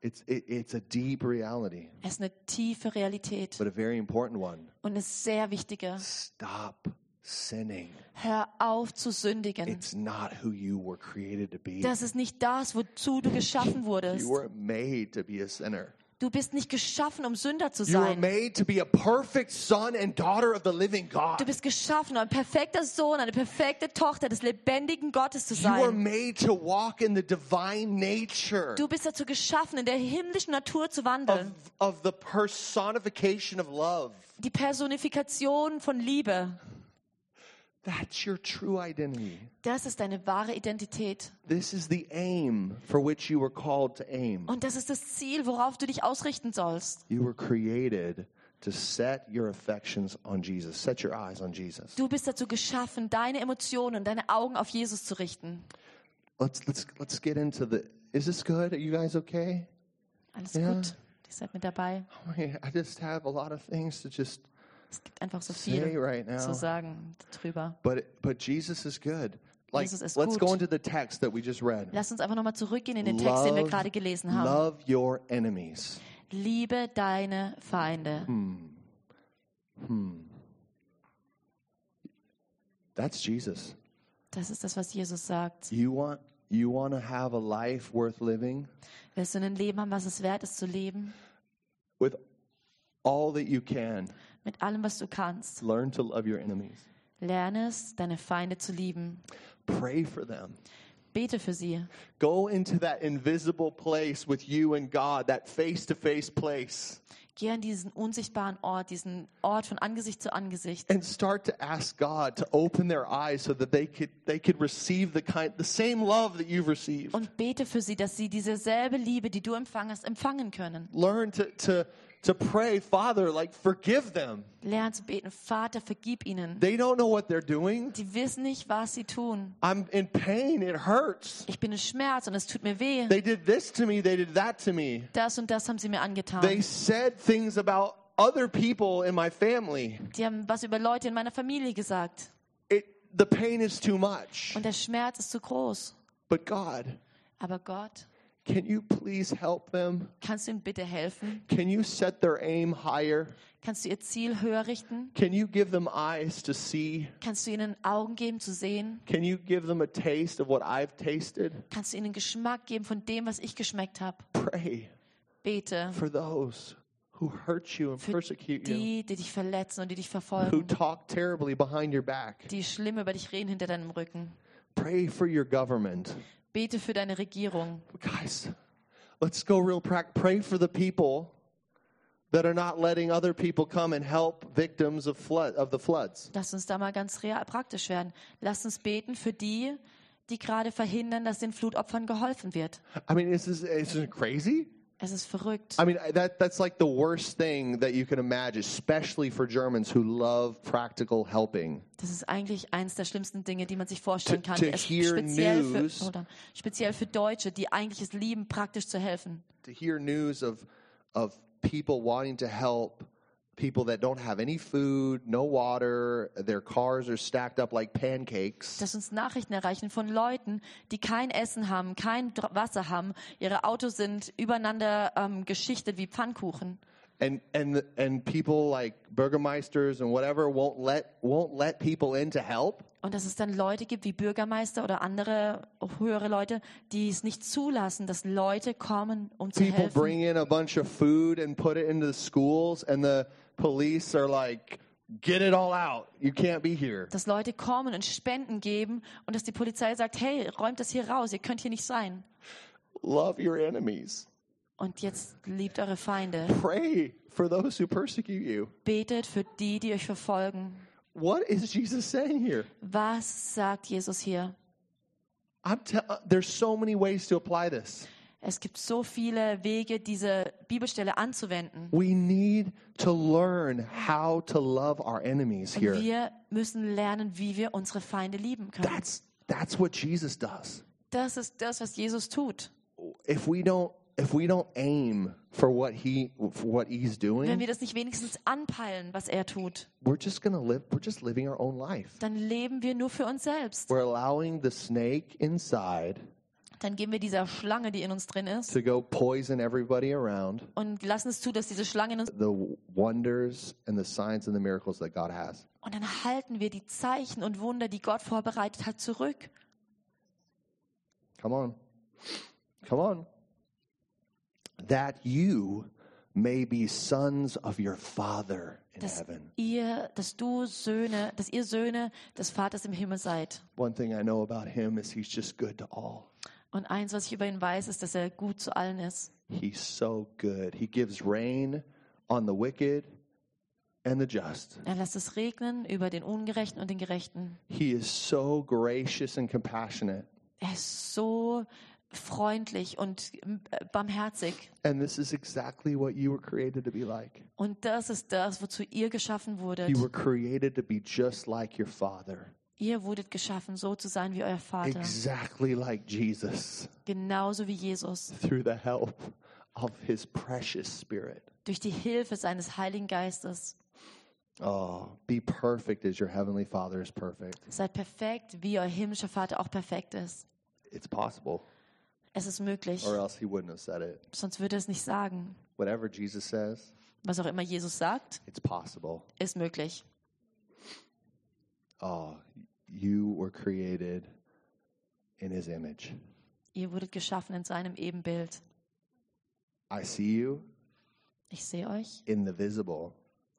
Speaker 1: It's it, it's a deep reality,
Speaker 2: Es ist eine tiefe Realität
Speaker 1: but a very important one.
Speaker 2: und eine sehr wichtige.
Speaker 1: Stop sinning.
Speaker 2: Hör auf zu sündigen.
Speaker 1: It's not who you were created to be.
Speaker 2: Das ist nicht das, wozu du geschaffen wurdest.
Speaker 1: You were made to be a sinner.
Speaker 2: Du bist nicht geschaffen, um Sünder zu
Speaker 1: You were
Speaker 2: sein.
Speaker 1: made to be a perfect son and daughter of the living
Speaker 2: Du
Speaker 1: God.
Speaker 2: bist geschaffen, um ein perfekter Sohn, eine perfekte Tochter des lebendigen Gottes zu
Speaker 1: You were
Speaker 2: sein.
Speaker 1: made to walk in the divine nature
Speaker 2: Du bist dazu geschaffen, in der himmlischen Natur zu
Speaker 1: of,
Speaker 2: wandeln.
Speaker 1: of the personification of love.
Speaker 2: Die Personifikation von Liebe.
Speaker 1: That's your true identity.
Speaker 2: Das ist deine wahre Identität.
Speaker 1: This is the aim for which you were called to aim.
Speaker 2: Und das ist das Ziel, worauf du dich ausrichten sollst.
Speaker 1: You were created to set your affections on Jesus, set your eyes on Jesus.
Speaker 2: Du bist dazu geschaffen, deine Emotionen, deine Augen auf Jesus zu richten.
Speaker 1: Let's let's let's get into the Is this good? Are you guys okay? <laughs>
Speaker 2: Alles
Speaker 1: Ja.
Speaker 2: gut. Ihr seid mit dabei.
Speaker 1: Oh man, I just have a lot of things to just
Speaker 2: Es gibt einfach so
Speaker 1: say
Speaker 2: viel
Speaker 1: right now.
Speaker 2: zu sagen drüber.
Speaker 1: But but Jesus is good. Like
Speaker 2: Jesus ist
Speaker 1: let's
Speaker 2: gut.
Speaker 1: go into the text that we just read.
Speaker 2: Lass uns einfach nochmal zurückgehen in den Text, den wir gerade gelesen haben.
Speaker 1: love your enemies.
Speaker 2: Liebe deine Feinde.
Speaker 1: That's Jesus.
Speaker 2: Das ist das, was Jesus sagt.
Speaker 1: You want you want to have a life worth living
Speaker 2: Willst du ein Leben haben, was es wert ist zu leben?
Speaker 1: with all that you can.
Speaker 2: Mit allem, was du kannst.
Speaker 1: Learn to love your enemies.
Speaker 2: Lerne es, deine Feinde zu lieben.
Speaker 1: Pray for them.
Speaker 2: Bete für sie.
Speaker 1: Go into that invisible place with you and God, that face-to-face place,
Speaker 2: Geh an diesen unsichtbaren Ort, diesen Ort von Angesicht zu Angesicht
Speaker 1: and start to ask God to open their eyes so that they could they could receive the kind the same love that you've received.
Speaker 2: und bete für sie, dass sie dieselbe Liebe, die du empfangen hast, empfangen können.
Speaker 1: Learn to to to pray, Father, like forgive them.
Speaker 2: Lerne zu beten. Vater, vergib ihnen.
Speaker 1: They don't know what they're doing.
Speaker 2: Die wissen nicht, was sie tun.
Speaker 1: I'm in pain. It hurts.
Speaker 2: Ich bin in Schmerz und es tut mir weh.
Speaker 1: They did this to me. They did that to me.
Speaker 2: Das und das haben sie mir
Speaker 1: They
Speaker 2: angetan.
Speaker 1: said things about other people in my family.
Speaker 2: Die haben was über Leute in meiner Familie gesagt.
Speaker 1: It, the pain is too much.
Speaker 2: Und der Schmerz ist zu groß.
Speaker 1: But God,
Speaker 2: Aber Gott,
Speaker 1: can you please help them?
Speaker 2: kannst du ihnen bitte helfen?
Speaker 1: Can you set their aim higher?
Speaker 2: Kannst du ihr Ziel höher richten?
Speaker 1: Can you give them eyes to see?
Speaker 2: Kannst du ihnen Augen geben zu sehen?
Speaker 1: Can you give them a taste of what I've tasted?
Speaker 2: Kannst du ihnen Geschmack geben von dem, was ich geschmeckt habe?
Speaker 1: Pray
Speaker 2: Bete
Speaker 1: for those who hurt you and
Speaker 2: für
Speaker 1: persecute you,
Speaker 2: die, die dich verletzen und die dich
Speaker 1: who
Speaker 2: verfolgen,
Speaker 1: talk terribly behind your back.
Speaker 2: die schlimm über dich reden hinter deinem Rücken.
Speaker 1: Pray for your government.
Speaker 2: Bete für deine Regierung.
Speaker 1: guys, let's go real prac Pray for the people that are not letting other people come and help victims of flood of the floods.
Speaker 2: Lass uns da mal ganz real praktisch werden. Lass uns beten für die, die gerade verhindern, dass den Flutopfern geholfen wird.
Speaker 1: I mean, is this is this crazy?
Speaker 2: Es ist verrückt.
Speaker 1: I mean, I- that that's like the worst thing that you can imagine, especially for Germans who love practical helping.
Speaker 2: Das ist eigentlich eins der schlimmsten Dinge, die man sich vorstellen
Speaker 1: To-
Speaker 2: kann.
Speaker 1: to
Speaker 2: Es-
Speaker 1: hear
Speaker 2: speziell,
Speaker 1: news.
Speaker 2: für, oder, speziell für Deutsche, die eigentlich es lieben, praktisch zu helfen.
Speaker 1: To hear news of of people wanting to help people that don't have any food, no water, their cars are stacked up like pancakes.
Speaker 2: Dass uns Nachrichten erreichen von Leuten, die kein Essen haben, kein Dr- Wasser haben, ihre Autos sind übereinander ähm, geschichtet wie Pfannkuchen.
Speaker 1: and and and people like burgermeisters and whatever won't let won't let people in to help
Speaker 2: Und dass es dann Leute gibt wie Bürgermeister oder andere oh, höhere Leute, die es nicht zulassen, dass Leute kommen, um zu
Speaker 1: People
Speaker 2: helfen.
Speaker 1: bring in a bunch of food and put it into the schools, and the police are like, get it all out. You can't be here.
Speaker 2: Dass Leute kommen und Spenden geben und dass die Polizei sagt, hey, räumt das hier raus, ihr könnt hier nicht sein.
Speaker 1: Love your enemies.
Speaker 2: Und jetzt liebt eure Feinde.
Speaker 1: Pray for those who persecute you.
Speaker 2: Betet für die, die euch verfolgen.
Speaker 1: What is Jesus saying here?
Speaker 2: Was sagt Jesus hier?
Speaker 1: I'm te- uh, there's so many ways to apply this.
Speaker 2: Es gibt so viele Wege, diese Bibelstelle anzuwenden.
Speaker 1: We need to learn how to love our enemies here.
Speaker 2: Wir müssen lernen, wie wir unsere Feinde lieben können.
Speaker 1: That's that's what Jesus does.
Speaker 2: Das ist das, was Jesus tut.
Speaker 1: If we don't if we don't aim for what he for what he's
Speaker 2: Wenn
Speaker 1: doing,
Speaker 2: wir das nicht wenigstens anpeilen, was er tut,
Speaker 1: we're just going to live we're just living our own life.
Speaker 2: dann leben wir nur für uns selbst.
Speaker 1: We're allowing the snake inside
Speaker 2: Dann geben wir dieser Schlange, die in uns drin ist,
Speaker 1: to go poison everybody around
Speaker 2: und lassen es zu, dass diese Schlange in uns
Speaker 1: the wonders and the signs and the miracles that God has.
Speaker 2: und dann halten wir die Zeichen und Wunder, die Gott vorbereitet hat, zurück.
Speaker 1: Come on. Come on. That you may be sons of your Father in
Speaker 2: Dass
Speaker 1: heaven.
Speaker 2: ihr, dass du Söhne, dass ihr Söhne des Vaters im Himmel seid.
Speaker 1: One thing I know about him is he's just good to all.
Speaker 2: Und eins, was ich über ihn weiß, ist, dass er gut zu allen ist.
Speaker 1: He's so good. He gives rain on the wicked and the just.
Speaker 2: Er lässt es regnen über den Ungerechten und den Gerechten.
Speaker 1: He is so gracious and compassionate.
Speaker 2: Er ist so freundlich und äh, barmherzig.
Speaker 1: And this is exactly what you were created to be like.
Speaker 2: Und das ist das, wozu ihr geschaffen wurdet.
Speaker 1: You were created to be just like your Father,
Speaker 2: Ihr wurdet geschaffen, so zu sein wie euer Vater.
Speaker 1: exactly like Jesus,
Speaker 2: Genauso wie Jesus.
Speaker 1: through the help of his precious Spirit.
Speaker 2: Durch die Hilfe seines Heiligen Geistes.
Speaker 1: Oh, be perfect as your Heavenly Father is perfect.
Speaker 2: Seid perfekt, wie euer himmlischer Vater auch perfekt ist.
Speaker 1: It's possible,
Speaker 2: Es ist möglich.
Speaker 1: or else he wouldn't have said it.
Speaker 2: Sonst würde er es nicht sagen.
Speaker 1: Whatever Jesus says,
Speaker 2: Was auch immer Jesus sagt,
Speaker 1: it's possible.
Speaker 2: ist möglich.
Speaker 1: Oh, you were created in his image.
Speaker 2: Ihr wurdet geschaffen in seinem Ebenbild.
Speaker 1: I see you
Speaker 2: Ich sehe euch
Speaker 1: in the visible,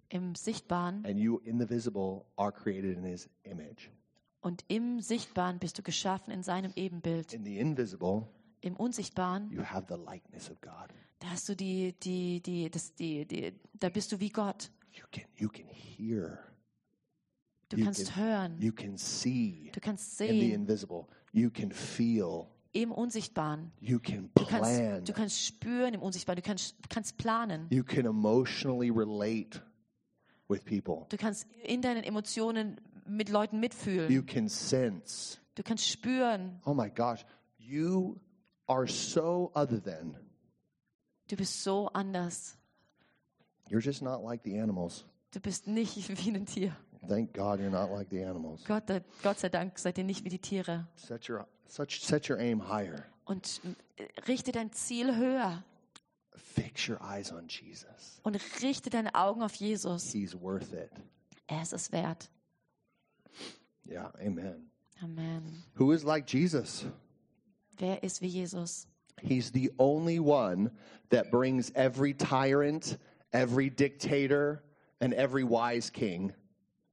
Speaker 2: im Sichtbaren
Speaker 1: and you in the visible are created in his image.
Speaker 2: und im Sichtbaren bist du geschaffen in seinem Ebenbild.
Speaker 1: In the invisible,
Speaker 2: Im Unsichtbaren,
Speaker 1: you have the likeness of God.
Speaker 2: da hast du die, die, die, das, die, die, da bist du wie Gott.
Speaker 1: You can you can hear.
Speaker 2: Du
Speaker 1: You
Speaker 2: kannst
Speaker 1: can-
Speaker 2: hören,
Speaker 1: You can see
Speaker 2: du kannst
Speaker 1: in the
Speaker 2: sehen
Speaker 1: invisible. You can feel.
Speaker 2: im Unsichtbaren.
Speaker 1: You can
Speaker 2: Du
Speaker 1: plan.
Speaker 2: kannst, du kannst spüren im Unsichtbaren, du kannst, kannst planen.
Speaker 1: You can emotionally relate with people.
Speaker 2: Du kannst in deinen Emotionen mit Leuten
Speaker 1: You
Speaker 2: mitfühlen.
Speaker 1: can sense.
Speaker 2: Du kannst spüren.
Speaker 1: Oh my gosh, you are so other than.
Speaker 2: Du bist so anders.
Speaker 1: You're just not like the animals.
Speaker 2: Du bist nicht <laughs> wie ein Tier.
Speaker 1: Thank God you're not like the animals.
Speaker 2: Gott, äh, Gott sei Dank seid ihr nicht wie die Tiere.
Speaker 1: Set your such set your aim higher.
Speaker 2: Und äh, richte dein Ziel höher
Speaker 1: Fix your eyes on Jesus.
Speaker 2: und richte deine Augen auf Jesus.
Speaker 1: He's worth it.
Speaker 2: Er ist es wert.
Speaker 1: Yeah, amen.
Speaker 2: Amen.
Speaker 1: Who is like Jesus?
Speaker 2: Wer ist wie Jesus?
Speaker 1: He's the only one that brings every tyrant, every dictator, and every wise king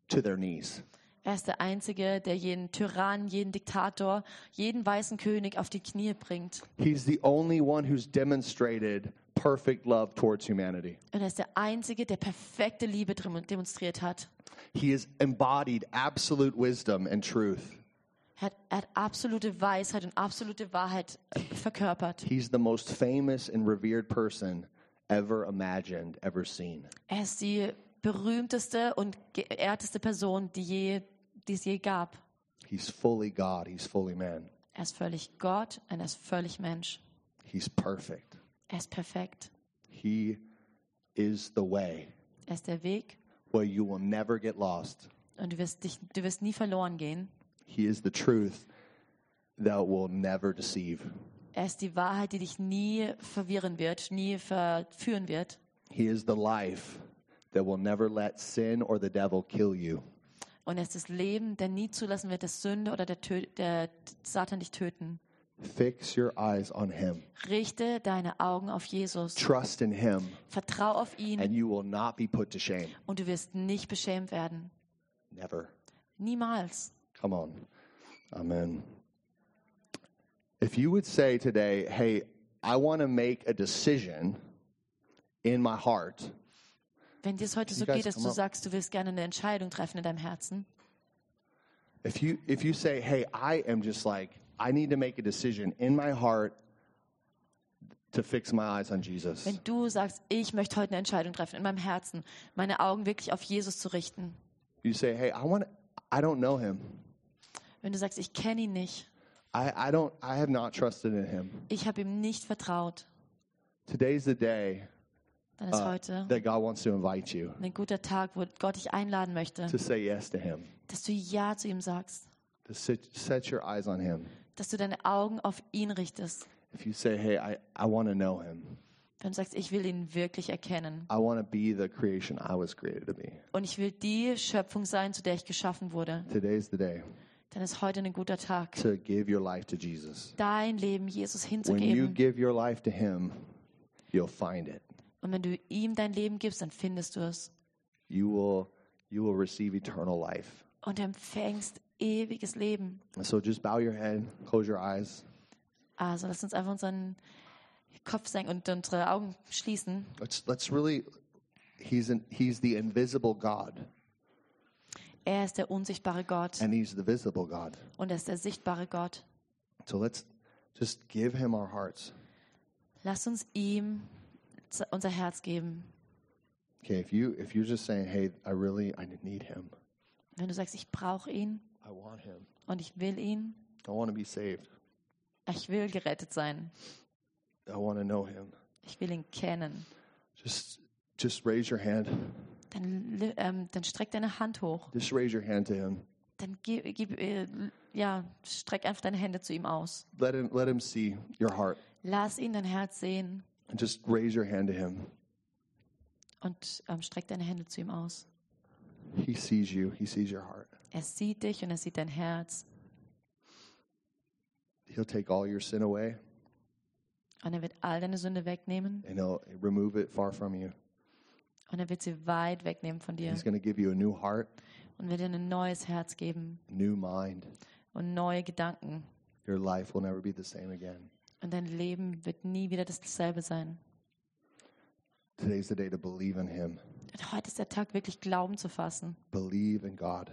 Speaker 1: to their knees.
Speaker 2: Er ist der Einzige, der jeden Tyrannen, jeden Diktator, jeden weißen König auf die Knie bringt.
Speaker 1: He's the only one who's demonstrated perfect love towards humanity.
Speaker 2: Und er ist der Einzige, der perfekte Liebe dem- demonstriert hat.
Speaker 1: He has embodied absolute wisdom and truth.
Speaker 2: Er hat, er hat absolute Weisheit und absolute Wahrheit äh, verkörpert.
Speaker 1: He's the most famous and revered person ever imagined, ever seen.
Speaker 2: Er ist die berühmteste und geehrteste Person, die, je, die es je gab.
Speaker 1: He's fully God, he's fully man.
Speaker 2: Er ist völlig Gott und er ist völlig Mensch.
Speaker 1: He's perfect.
Speaker 2: Er ist perfekt.
Speaker 1: He is the way
Speaker 2: Er ist der Weg
Speaker 1: where you will never get lost.
Speaker 2: und du wirst, dich, du wirst nie verloren gehen.
Speaker 1: He is the truth that will never deceive.
Speaker 2: Er ist die Wahrheit, die dich nie verwirren wird, nie verführen wird.
Speaker 1: He is the life that will never let sin or the devil kill you.
Speaker 2: Und er ist das Leben, der nie zulassen wird, dass Sünde oder der, Tö der Satan dich töten.
Speaker 1: Fix your eyes on Him.
Speaker 2: Richte deine Augen auf Jesus.
Speaker 1: Trust in Him,
Speaker 2: Vertrau auf ihn
Speaker 1: and you will not be put to shame.
Speaker 2: und du wirst nicht beschämt werden.
Speaker 1: Never.
Speaker 2: Niemals.
Speaker 1: Come on. Amen. If you would say today, hey, I want to make a decision in my heart,
Speaker 2: Wenn dir es heute so
Speaker 1: guys
Speaker 2: geht, dass
Speaker 1: come
Speaker 2: du
Speaker 1: up?
Speaker 2: sagst, du willst gerne eine Entscheidung treffen in deinem Herzen,
Speaker 1: if you if you say, hey, I am just like I need to make a decision in my heart to fix my eyes on Jesus.
Speaker 2: wenn du sagst, ich möchte heute eine Entscheidung treffen in meinem Herzen, meine Augen wirklich auf Jesus zu richten,
Speaker 1: You say, hey, I want I don't know him.
Speaker 2: wenn du sagst, ich kenne ihn nicht,
Speaker 1: I, I don't I have not trusted in him.
Speaker 2: ich habe ihm nicht vertraut,
Speaker 1: Today's the day uh,
Speaker 2: dann ist
Speaker 1: Ah,
Speaker 2: heute
Speaker 1: that God wants to invite you
Speaker 2: ein guter Tag, wo Gott dich einladen möchte,
Speaker 1: to say yes to him,
Speaker 2: dass du Ja zu ihm sagst,
Speaker 1: to sit, set your eyes on him.
Speaker 2: dass du deine Augen auf ihn richtest.
Speaker 1: If you say, hey, I, I want to know him.
Speaker 2: Wenn du sagst, ich will ihn wirklich erkennen
Speaker 1: I want to be the creation I was created to be.
Speaker 2: und ich will die Schöpfung sein, zu der ich geschaffen wurde,
Speaker 1: Today's the day
Speaker 2: dann ist heute ein guter Tag,
Speaker 1: to give your life to Jesus.
Speaker 2: dein Leben Jesus
Speaker 1: When you
Speaker 2: hinzugeben.
Speaker 1: give your life to him, you'll find it.
Speaker 2: Und wenn du ihm dein Leben gibst, dann findest du es
Speaker 1: You will you will receive eternal life.
Speaker 2: und empfängst ewiges Leben.
Speaker 1: And so just bow your head, close your eyes.
Speaker 2: Also lass uns einfach unseren Kopf senken und unsere Augen schließen.
Speaker 1: Let's let's really he's an, he's the invisible God
Speaker 2: Er ist der unsichtbare Gott
Speaker 1: and he's the visible God.
Speaker 2: und er ist der sichtbare Gott.
Speaker 1: So let's just give him our hearts.
Speaker 2: Lass uns ihm z- unser Herz geben.
Speaker 1: Okay, if you if you're just saying, "Hey, I really I need him.
Speaker 2: Wenn du sagst, ich brauche ihn
Speaker 1: I want him.
Speaker 2: und ich will ihn,
Speaker 1: I want to be saved.
Speaker 2: ich will gerettet sein,
Speaker 1: I want to know him."
Speaker 2: ich will ihn kennen,
Speaker 1: Just just raise your hand.
Speaker 2: dann, li- ähm, dann streck deine Hand hoch.
Speaker 1: Just raise your hand to him.
Speaker 2: Dann gib, gib, äh, ja, streck einfach deine Hände zu ihm aus.
Speaker 1: Let him let him see your heart.
Speaker 2: Lass ihn dein Herz sehen
Speaker 1: And just raise your hand to him.
Speaker 2: und ähm, streck deine Hände zu ihm aus.
Speaker 1: He sees you. He sees your heart.
Speaker 2: Er sieht dich und er sieht dein Herz
Speaker 1: He'll take all your sin away
Speaker 2: und er wird all deine Sünde wegnehmen
Speaker 1: and he'll remove it far from you.
Speaker 2: und er wird sie weit wegnehmen von dir
Speaker 1: He's going to give you a new heart,
Speaker 2: und wird dir ein neues Herz geben
Speaker 1: new mind.
Speaker 2: und neue Gedanken
Speaker 1: Your life will never be the same again.
Speaker 2: und dein Leben wird nie wieder dasselbe sein.
Speaker 1: Today's the day to believe in him.
Speaker 2: Und heute ist der Tag, wirklich Glauben zu fassen,
Speaker 1: Believe in God.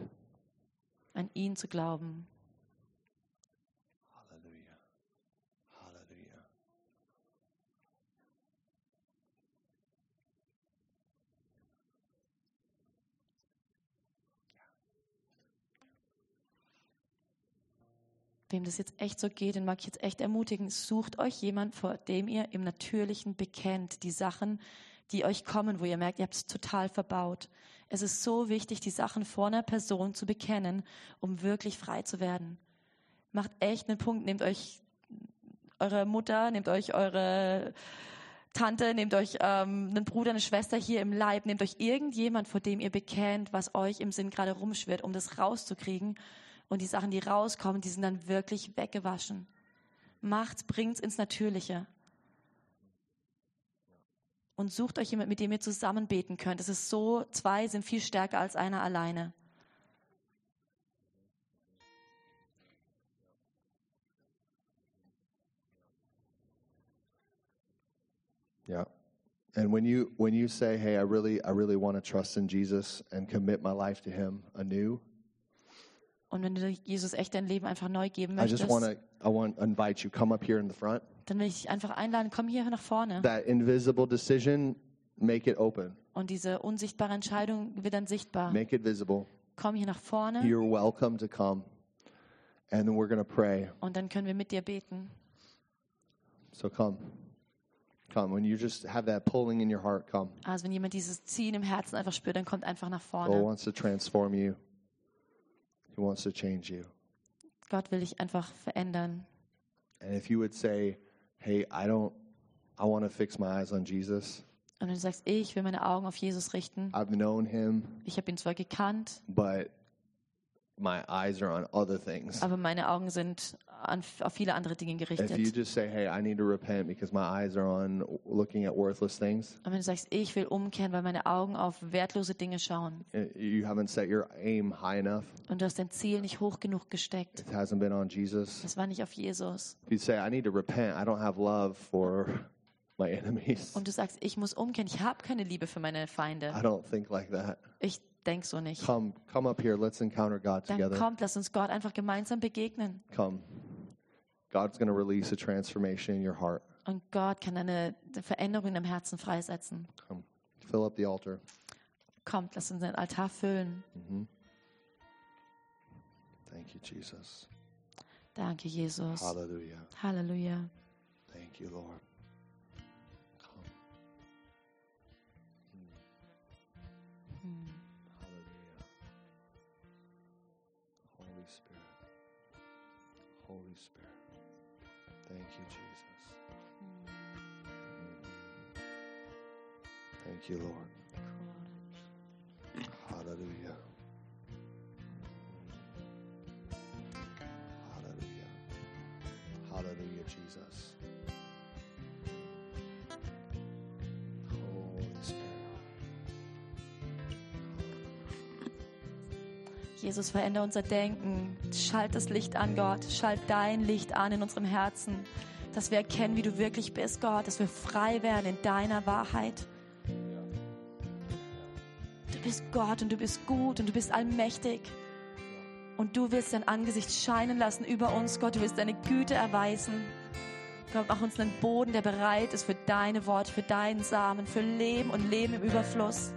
Speaker 2: an ihn zu glauben.
Speaker 1: Hallelujah. Hallelujah.
Speaker 2: Wem das jetzt echt so geht, den mag ich jetzt echt ermutigen, sucht euch jemand, vor dem ihr im Natürlichen bekennt, die Sachen, die euch kommen, wo ihr merkt, ihr habt es total verbaut. Es ist so wichtig, die Sachen vor einer Person zu bekennen, um wirklich frei zu werden. Macht echt einen Punkt, nehmt euch eure Mutter, nehmt euch eure Tante, nehmt euch ähm, einen Bruder, eine Schwester hier im Leib, nehmt euch irgendjemand, vor dem ihr bekennt, was euch im Sinn gerade rumschwirrt, um das rauszukriegen. Und die Sachen, die rauskommen, die sind dann wirklich weggewaschen. Macht's, bringt's ins Natürliche. Und sucht euch jemand, mit dem ihr zusammen beten könnt. Es ist so, zwei sind viel stärker als einer alleine.
Speaker 1: Yeah. And when you when you say, "Hey, I really I really want to trust in Jesus and commit my life to him anew."
Speaker 2: Und wenn du Jesus echt dein Leben einfach neu geben
Speaker 1: I just
Speaker 2: möchtest,
Speaker 1: want to I want to invite you come up here in the front.
Speaker 2: dann will ich dich einfach einladen, komm hier nach vorne.
Speaker 1: That invisible decision, make it open.
Speaker 2: Und diese unsichtbare Entscheidung wird dann sichtbar.
Speaker 1: Make it visible.
Speaker 2: Komm hier nach vorne
Speaker 1: You're welcome to come. And then we're going to pray.
Speaker 2: und dann können wir mit dir beten.
Speaker 1: So come. Come. When you just have that pulling in your heart, come.
Speaker 2: Also wenn jemand dieses Ziehen im Herzen einfach spürt, dann kommt einfach nach
Speaker 1: God
Speaker 2: vorne.
Speaker 1: wants to transform you, He wants to change you.
Speaker 2: Gott will dich einfach verändern.
Speaker 1: And if you would say, hey, I don't, I want to fix my eyes on Jesus,
Speaker 2: Und wenn du
Speaker 1: Ah.
Speaker 2: sagst, ich will meine Augen auf Jesus richten,
Speaker 1: I've known Him,
Speaker 2: ich habe ihn zwar gekannt,
Speaker 1: but my eyes are on other things.
Speaker 2: aber meine Augen sind an, auf viele andere Dinge
Speaker 1: If you
Speaker 2: gerichtet.
Speaker 1: just say, hey, I need to repent because my eyes are on looking at worthless things,
Speaker 2: Und wenn du sagst, ich will umkehren, weil meine Augen auf wertlose Dinge schauen
Speaker 1: eh, you haven't set your aim high enough.
Speaker 2: und du hast dein Ziel nicht hoch genug gesteckt,
Speaker 1: It hasn't been on Jesus.
Speaker 2: das war nicht auf Jesus.
Speaker 1: If you say, I need to repent, I don't have love for <laughs> my enemies.
Speaker 2: Und du sagst, ich muss umkehren, ich habe keine Liebe für meine Feinde.
Speaker 1: I don't think like that.
Speaker 2: Ich denk so nicht.
Speaker 1: Ah. Come, come up here. Let's encounter God
Speaker 2: Dann
Speaker 1: together.
Speaker 2: kommt, lass uns Gott einfach gemeinsam begegnen.
Speaker 1: Come. God's going to release a transformation in your heart.
Speaker 2: Und Gott kann eine Veränderung im Herzen freisetzen.
Speaker 1: Come. Fill up the altar. Mm-hmm.
Speaker 2: Kommt, lass uns den Altar füllen.
Speaker 1: Thank you, Jesus.
Speaker 2: Danke, Jesus.
Speaker 1: Hallelujah.
Speaker 2: Halleluja.
Speaker 1: Thank you, Lord. Come. Hallelujah. Holy Spirit. Holy Spirit. Thank you, Jesus. Thank you, Lord. Hallelujah. Hallelujah. Hallelujah, Jesus. Holy Spirit.
Speaker 2: Jesus, verändere unser Denken. Schalt das Licht an, Gott. Schalt dein Licht an in unserem Herzen. Dass wir erkennen, wie du wirklich bist, Gott. Dass wir frei werden in deiner Wahrheit. Du bist Gott und du bist gut und du bist allmächtig. Und du willst dein Angesicht scheinen lassen über uns, Gott. Du willst deine Güte erweisen. Gott, mach uns einen Boden, der bereit ist für deine Worte, für deinen Samen, für Leben und Leben im Überfluss.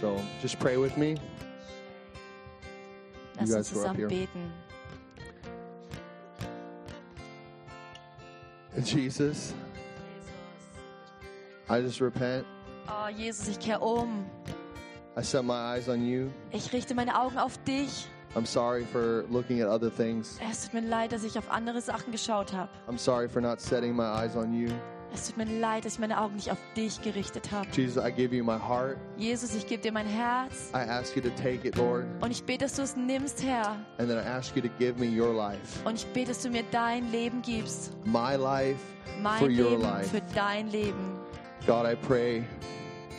Speaker 1: So just pray with me.
Speaker 2: Lass
Speaker 1: You
Speaker 2: uns
Speaker 1: guys were up
Speaker 2: zusammen
Speaker 1: here.
Speaker 2: beten.
Speaker 1: Jesus, I just repent.
Speaker 2: Oh, Jesus, ich kehre um.
Speaker 1: I set my eyes on you.
Speaker 2: Ich richte meine Augen auf dich.
Speaker 1: I'm sorry for looking at other things.
Speaker 2: Es tut mir leid, dass ich auf andere Sachen geschaut habe.
Speaker 1: I'm sorry for not setting my eyes on you.
Speaker 2: Es tut mir leid, dass ich meine Augen nicht auf dich gerichtet habe.
Speaker 1: Jesus, I give you my heart.
Speaker 2: Jesus, ich gebe dir mein Herz
Speaker 1: I ask you to take it, Lord.
Speaker 2: und ich bete, dass du es nimmst, Herr.
Speaker 1: And then I ask you to give me your life.
Speaker 2: Und ich bete, dass du mir dein Leben gibst.
Speaker 1: My life
Speaker 2: Mein
Speaker 1: for your
Speaker 2: Leben
Speaker 1: life.
Speaker 2: für dein Leben.
Speaker 1: God, I pray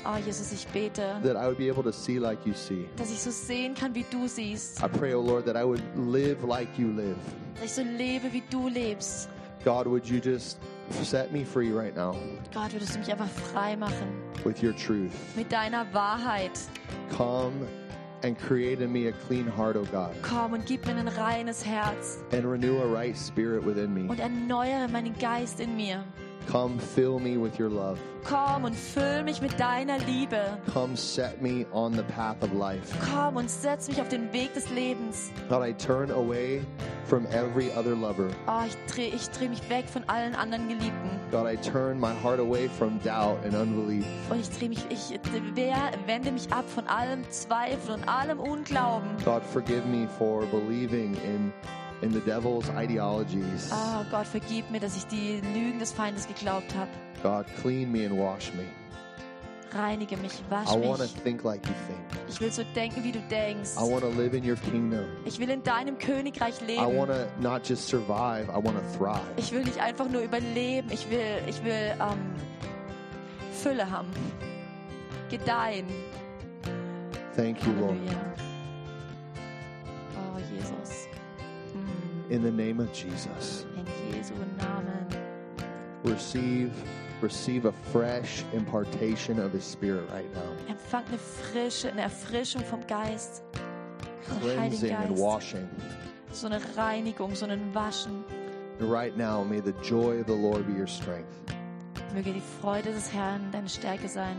Speaker 2: Oh, Jesus, ich bete,
Speaker 1: that I would be able to see like you see.
Speaker 2: dass ich so sehen kann, wie du siehst.
Speaker 1: I pray, oh Lord, that I would live like you live.
Speaker 2: Dass ich so lebe, wie du lebst.
Speaker 1: God, would you just set me free right now
Speaker 2: Gott, würdest du mich einfach frei machen.
Speaker 1: with your truth?
Speaker 2: Mit deiner Wahrheit.
Speaker 1: Come and create in me a clean heart, O God,
Speaker 2: Komm und gib mir ein reines Herz.
Speaker 1: and renew a right spirit within me.
Speaker 2: und erneuere meinen Geist in mir.
Speaker 1: Come fill me with your love.
Speaker 2: Komm und füll mich mit deiner Liebe.
Speaker 1: Come set me on the path of life.
Speaker 2: Komm und setz mich auf den Weg des Lebens.
Speaker 1: God, I turn away from every other lover.
Speaker 2: Oh, ich drehe ich dreh mich weg von allen anderen Geliebten.
Speaker 1: God, I turn my heart away from doubt and unbelief.
Speaker 2: Und Oh, ich drehe mich, ich wer, wende mich ab von allem Zweifel und allem Unglauben.
Speaker 1: God, forgive me for believing in, in the devil's ideologies.
Speaker 2: Oh Gott, vergib mir, dass ich die Lügen des Feindes geglaubt habe.
Speaker 1: God, clean me and wash me.
Speaker 2: Reinige mich,
Speaker 1: I
Speaker 2: wasch
Speaker 1: want to
Speaker 2: mich.
Speaker 1: think like you think.
Speaker 2: Ich will so denken, wie du denkst.
Speaker 1: I want to live in your kingdom.
Speaker 2: Ich will in deinem Königreich
Speaker 1: I want
Speaker 2: leben.
Speaker 1: to not just survive, I want to thrive.
Speaker 2: Ich will nicht einfach nur überleben. Ich will, ich will ähm, Fülle haben. Gedeihen.
Speaker 1: Thank you, Lord.
Speaker 2: Halleluja. Oh, Jesus. Mm.
Speaker 1: In the name of Jesus,
Speaker 2: In Jesu Namen.
Speaker 1: receive receive a fresh impartation of his spirit right now.
Speaker 2: Empfang eine Frische, eine Erfrischung vom Geist. Vom
Speaker 1: Cleansing
Speaker 2: Heiligen
Speaker 1: and
Speaker 2: Geist.
Speaker 1: washing.
Speaker 2: So eine Reinigung, so ein Waschen.
Speaker 1: And right now, may the joy of the Lord be your strength.
Speaker 2: Möge die Freude des Herrn deine Stärke sein.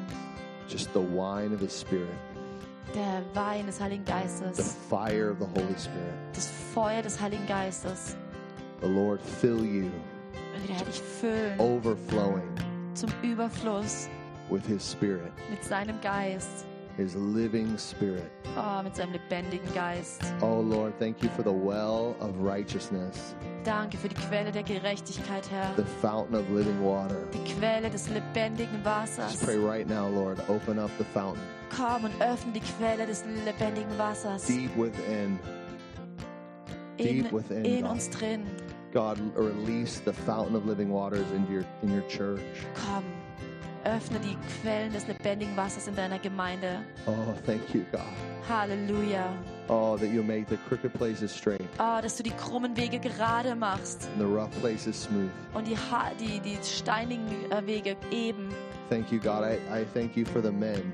Speaker 1: Just the wine of his spirit,
Speaker 2: Der Wein des Heiligen
Speaker 1: the
Speaker 2: Geistes.
Speaker 1: fire of the Holy Spirit.
Speaker 2: Das Feuer des Heiligen Geistes.
Speaker 1: The Lord fill you
Speaker 2: Und wieder dich füllen
Speaker 1: Oh. overflowing
Speaker 2: zum Überfluss
Speaker 1: with His Spirit,
Speaker 2: mit seinem Geist,
Speaker 1: His living Spirit.
Speaker 2: oh, mit seinem lebendigen Geist.
Speaker 1: Oh Lord, thank you for the well of righteousness,
Speaker 2: Danke für die Quelle der Gerechtigkeit, Herr.
Speaker 1: the fountain of living water.
Speaker 2: Die Quelle des lebendigen
Speaker 1: Just pray
Speaker 2: Wassers.
Speaker 1: right now, Lord, open up the fountain
Speaker 2: Komm und öffne die Quelle des lebendigen Wassers
Speaker 1: deep within.
Speaker 2: in,
Speaker 1: deep within,
Speaker 2: in
Speaker 1: God.
Speaker 2: uns drin.
Speaker 1: God, release the fountain of living waters into your in your church.
Speaker 2: Komm, öffne die Quellen des lebendigen Wassers in deiner Gemeinde.
Speaker 1: Oh, thank you, God.
Speaker 2: Halleluja.
Speaker 1: Oh, that you make the crooked places straight
Speaker 2: Oh, dass du die krummen Wege gerade machst
Speaker 1: and the rough places smooth.
Speaker 2: und die, ha die, die steinigen äh, Wege eben.
Speaker 1: Thank you, God. I, I thank you for the men.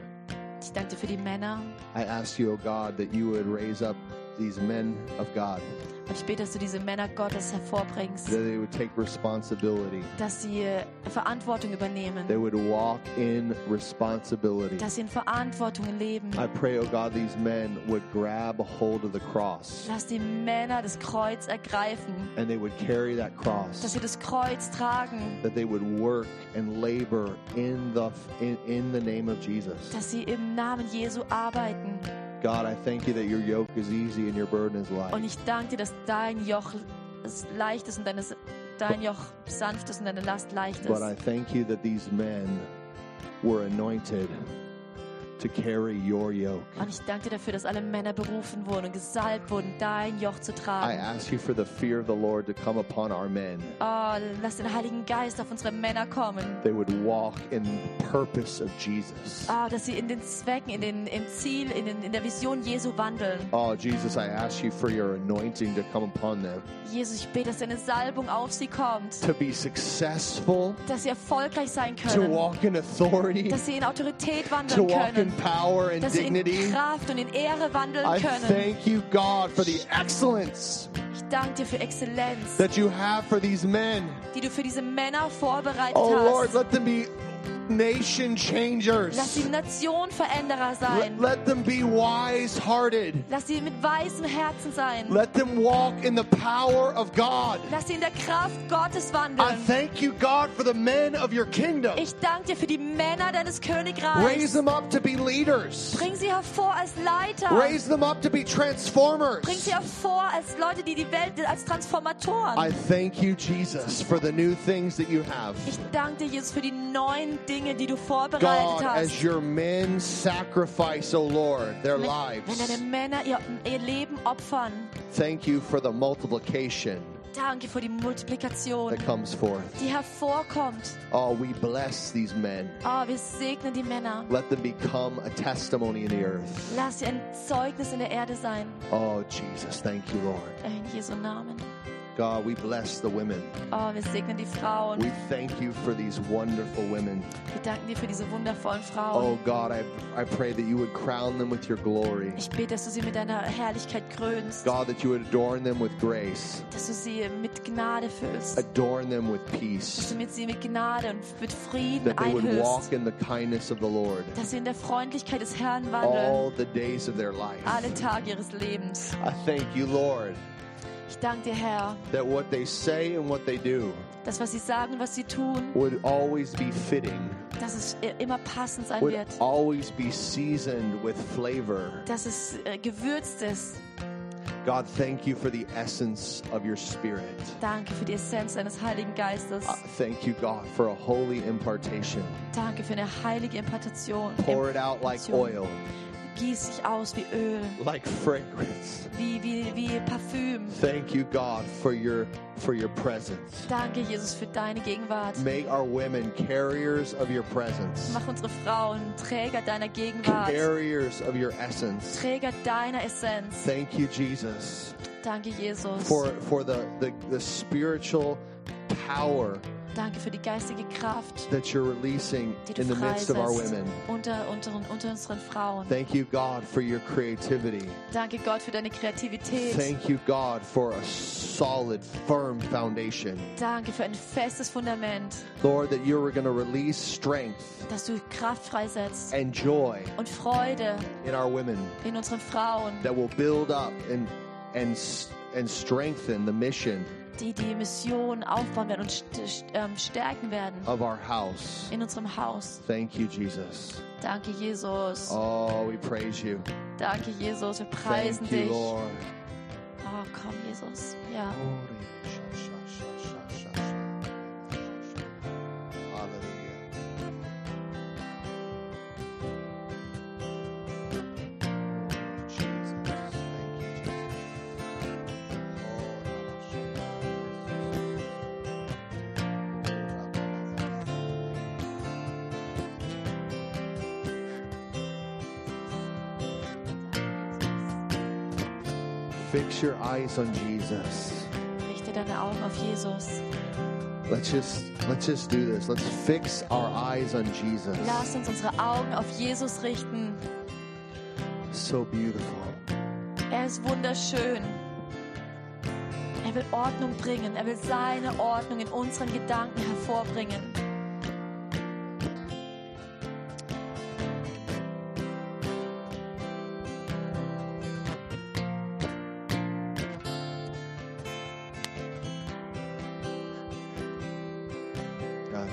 Speaker 2: Ich danke dir für die Männer.
Speaker 1: I ask you, oh God, that you would raise up these men of God,
Speaker 2: Und ich bete, dass du diese Männer Gottes hervorbringst,
Speaker 1: that they would take responsibility,
Speaker 2: dass sie äh, Verantwortung
Speaker 1: they
Speaker 2: übernehmen,
Speaker 1: would walk in responsibility.
Speaker 2: dass sie in Verantwortung leben.
Speaker 1: I pray, oh God, these men would grab a hold of the cross
Speaker 2: Lass die Männer das Kreuz ergreifen,
Speaker 1: and they would carry that
Speaker 2: dass
Speaker 1: cross,
Speaker 2: sie das Kreuz tragen,
Speaker 1: that they would work and labor in the, in, in the name of Jesus.
Speaker 2: dass sie im Namen Jesu arbeiten.
Speaker 1: God, I thank you that your yoke is easy and your burden is
Speaker 2: Und
Speaker 1: light.
Speaker 2: ich danke dir, dass dein Joch es leicht ist und deine, dein Joch sanft ist und deine Last leicht
Speaker 1: But I
Speaker 2: ist.
Speaker 1: thank you that these men were anointed to carry your yoke.
Speaker 2: Und ich danke dir dafür, dass alle Männer berufen wurden und gesalbt wurden, dein Joch zu
Speaker 1: I
Speaker 2: tragen.
Speaker 1: ask you for the fear of the Lord to come upon our men.
Speaker 2: Oh, lass den Heiligen Geist auf unsere Männer kommen.
Speaker 1: They would walk in the purpose of Jesus.
Speaker 2: Oh, dass sie in den Zwecken, in den, im Ziel, in, den, in der Vision Jesu wandeln.
Speaker 1: Oh, Jesus, I ask you for your anointing to come upon them.
Speaker 2: Jesus, ich bete, dass deine Salbung auf sie kommt,
Speaker 1: to be successful,
Speaker 2: dass sie erfolgreich sein
Speaker 1: to
Speaker 2: können.
Speaker 1: walk in authority,
Speaker 2: dass sie in Autorität
Speaker 1: to
Speaker 2: wandeln
Speaker 1: walk in
Speaker 2: können,
Speaker 1: power and
Speaker 2: dass sie in
Speaker 1: dignity.
Speaker 2: Kraft und in Ehre wandeln
Speaker 1: I
Speaker 2: können.
Speaker 1: thank you, God, for the excellence
Speaker 2: Ich danke dir für Exzellenz,
Speaker 1: that you have for these men.
Speaker 2: die du für diese Männer vorbereitet
Speaker 1: Oh, Lord,
Speaker 2: hast.
Speaker 1: let them be nation
Speaker 2: Lass
Speaker 1: changers.
Speaker 2: sie Nationenveränderer
Speaker 1: Let,
Speaker 2: sein.
Speaker 1: let them be wise hearted.
Speaker 2: Lass sie mit weißem Herzen sein.
Speaker 1: Let them walk in the power of God.
Speaker 2: Lass sie in der Kraft Gottes
Speaker 1: I
Speaker 2: wandeln.
Speaker 1: thank you, God, for the men of your kingdom.
Speaker 2: Ich danke dir für die Männer deines
Speaker 1: Raise
Speaker 2: Königreichs.
Speaker 1: them up to be leaders.
Speaker 2: Bring sie hervor als Leiter.
Speaker 1: Raise them up to be
Speaker 2: Bring
Speaker 1: transformers.
Speaker 2: sie hervor als Leute, die die Welt als
Speaker 1: I
Speaker 2: Transformatoren.
Speaker 1: thank you, Jesus, for the new things that you have.
Speaker 2: Ich danke dir, Jesus, für die neuen Dinge, die du
Speaker 1: God,
Speaker 2: vorbereitet hast.
Speaker 1: as your men sacrifice, O Lord, their
Speaker 2: Wenn, wenn deine
Speaker 1: lives,
Speaker 2: Männer ihr, ihr Leben opfern,
Speaker 1: thank you for the multiplication
Speaker 2: danke für die Multiplikation,
Speaker 1: that comes forth.
Speaker 2: die hervorkommt.
Speaker 1: Oh, we bless these men.
Speaker 2: Oh, wir segnen die Männer.
Speaker 1: Let them become a testimony in the earth.
Speaker 2: Lass sie ein Zeugnis in der Erde sein.
Speaker 1: Oh, Jesus, thank you, Lord.
Speaker 2: In Jesu Namen.
Speaker 1: God, we bless the women.
Speaker 2: Oh, wir segnen die Frauen.
Speaker 1: We thank you for these wonderful women.
Speaker 2: Wir danken dir für diese wundervollen Frauen.
Speaker 1: Oh, God, I, I pray that you would crown them with your glory.
Speaker 2: Ich bete, dass du sie mit deiner Herrlichkeit krönst.
Speaker 1: God, that you would adorn them with grace,
Speaker 2: Dass du sie mit Gnade füllst.
Speaker 1: adorn them with
Speaker 2: Dass
Speaker 1: peace,
Speaker 2: du mit sie mit Gnade und mit Frieden
Speaker 1: that they would walk
Speaker 2: einhüllst.
Speaker 1: in the kindness of the Lord.
Speaker 2: Dass sie in der Freundlichkeit des Herrn wandeln.
Speaker 1: all the days of their life.
Speaker 2: Alle Tage ihres Lebens.
Speaker 1: I thank you, Lord,
Speaker 2: Ich danke dir, Herr,
Speaker 1: that what they say and what they do
Speaker 2: das, was sie sagen, was sie tun,
Speaker 1: would always be fitting,
Speaker 2: dass es äh, immer passend sein
Speaker 1: would
Speaker 2: wird,
Speaker 1: always be seasoned with flavor.
Speaker 2: dass es äh, gewürzt ist.
Speaker 1: God, thank you for the essence of your spirit.
Speaker 2: Danke für die Essenz deines Heiligen Geistes.
Speaker 1: Uh, thank you, God, for a holy impartation.
Speaker 2: Danke für eine heilige Impartation.
Speaker 1: Pour it out like oil,
Speaker 2: Gieß dich aus wie Öl,
Speaker 1: like fragrance.
Speaker 2: wie, wie, wie Parfüm.
Speaker 1: Thank you, God, for your for your presence.
Speaker 2: Danke, Jesus, für deine Gegenwart.
Speaker 1: Make our women carriers of your presence,
Speaker 2: Mach unsere Frauen Träger deiner Gegenwart,
Speaker 1: carriers of your essence.
Speaker 2: Träger deiner Essenz.
Speaker 1: Thank you, Jesus,
Speaker 2: Danke, Jesus.
Speaker 1: for, for the, the, the spiritual power
Speaker 2: Danke für die geistige Kraft,
Speaker 1: that you're releasing
Speaker 2: die du
Speaker 1: in the midst
Speaker 2: freisetzt
Speaker 1: of our women.
Speaker 2: unter, unter, unter unseren Frauen.
Speaker 1: Thank you, God, for your creativity.
Speaker 2: Danke Gott für deine Kreativität.
Speaker 1: Thank you, God, for a solid, firm foundation.
Speaker 2: Danke für ein festes Fundament,
Speaker 1: Lord, that you are going to release strength
Speaker 2: dass du Kraft freisetzt
Speaker 1: and joy
Speaker 2: und Freude
Speaker 1: in our women
Speaker 2: in unseren Frauen,
Speaker 1: that will build up and, and, s- and strengthen the mission
Speaker 2: die die Mission aufbauen werden und st st ähm, stärken werden
Speaker 1: of our house.
Speaker 2: in unserem Haus.
Speaker 1: Thank you, Jesus.
Speaker 2: Danke, Jesus.
Speaker 1: Oh, we praise you.
Speaker 2: Danke, Jesus. Wir preisen
Speaker 1: Thank you,
Speaker 2: dich. Oh,
Speaker 1: Lord.
Speaker 2: komm, Jesus. Ja.
Speaker 1: Hallelujah. Jesus, thank you, Jesus. Fix your eyes on Jesus.
Speaker 2: Richte deine Augen auf Jesus.
Speaker 1: Let's just let's just do this. Let's fix our eyes on Jesus.
Speaker 2: Lass uns unsere Augen auf Jesus richten.
Speaker 1: So beautiful.
Speaker 2: Er ist wunderschön. Er will Ordnung bringen. Er will seine Ordnung in unseren Gedanken hervorbringen.
Speaker 1: God.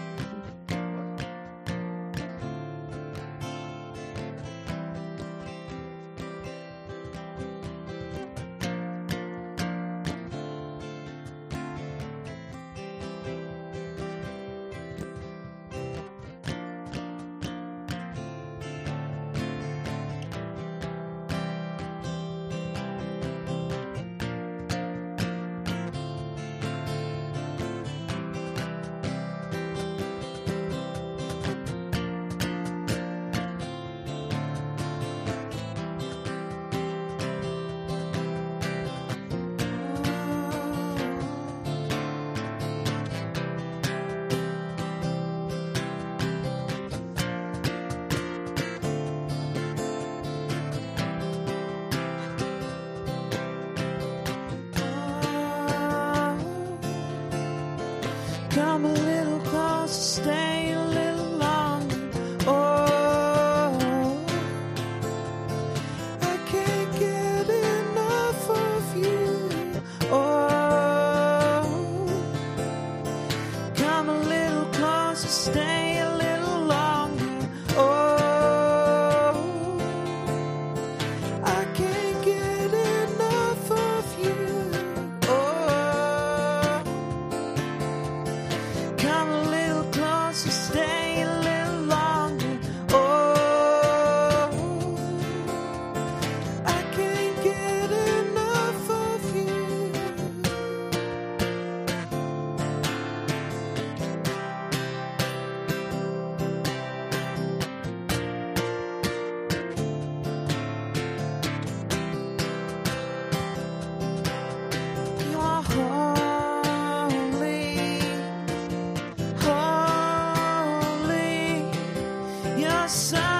Speaker 3: Come a little closer, stay a little longer. Oh, I can't get enough of you. Oh, come a little closer, stay a little longer. Oh. I can't get enough of you. Oh, come a little closer, Oh, Oh, Oh, Oh, Oh, Oh, Oh,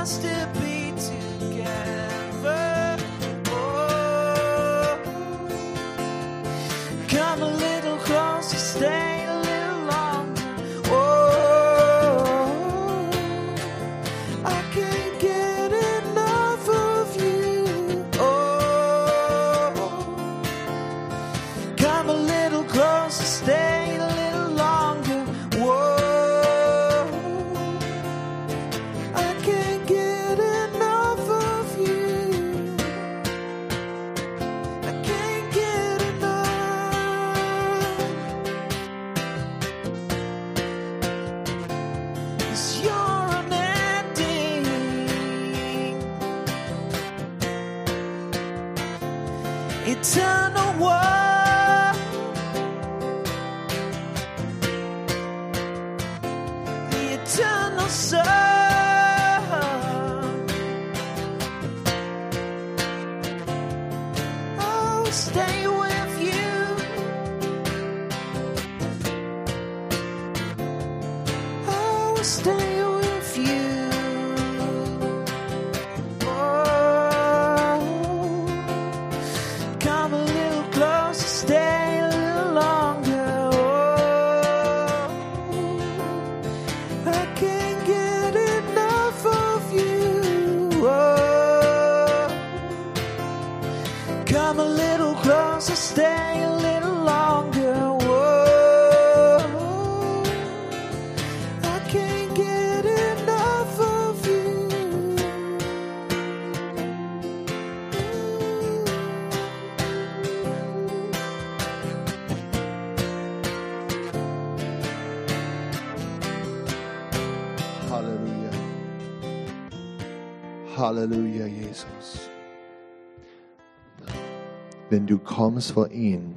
Speaker 3: Oh, Oh, Oh. eternal war. The eternal sun. Oh, stay with you. Oh, stay with you. Oh, come a little closer, stay a little longer. Oh, I can't get enough of you. Oh, come a little closer, stay a little longer. Oh, I can't get enough of you.
Speaker 1: Halleluja. Halleluja, Jesus. Wenn du kommst vor ihn,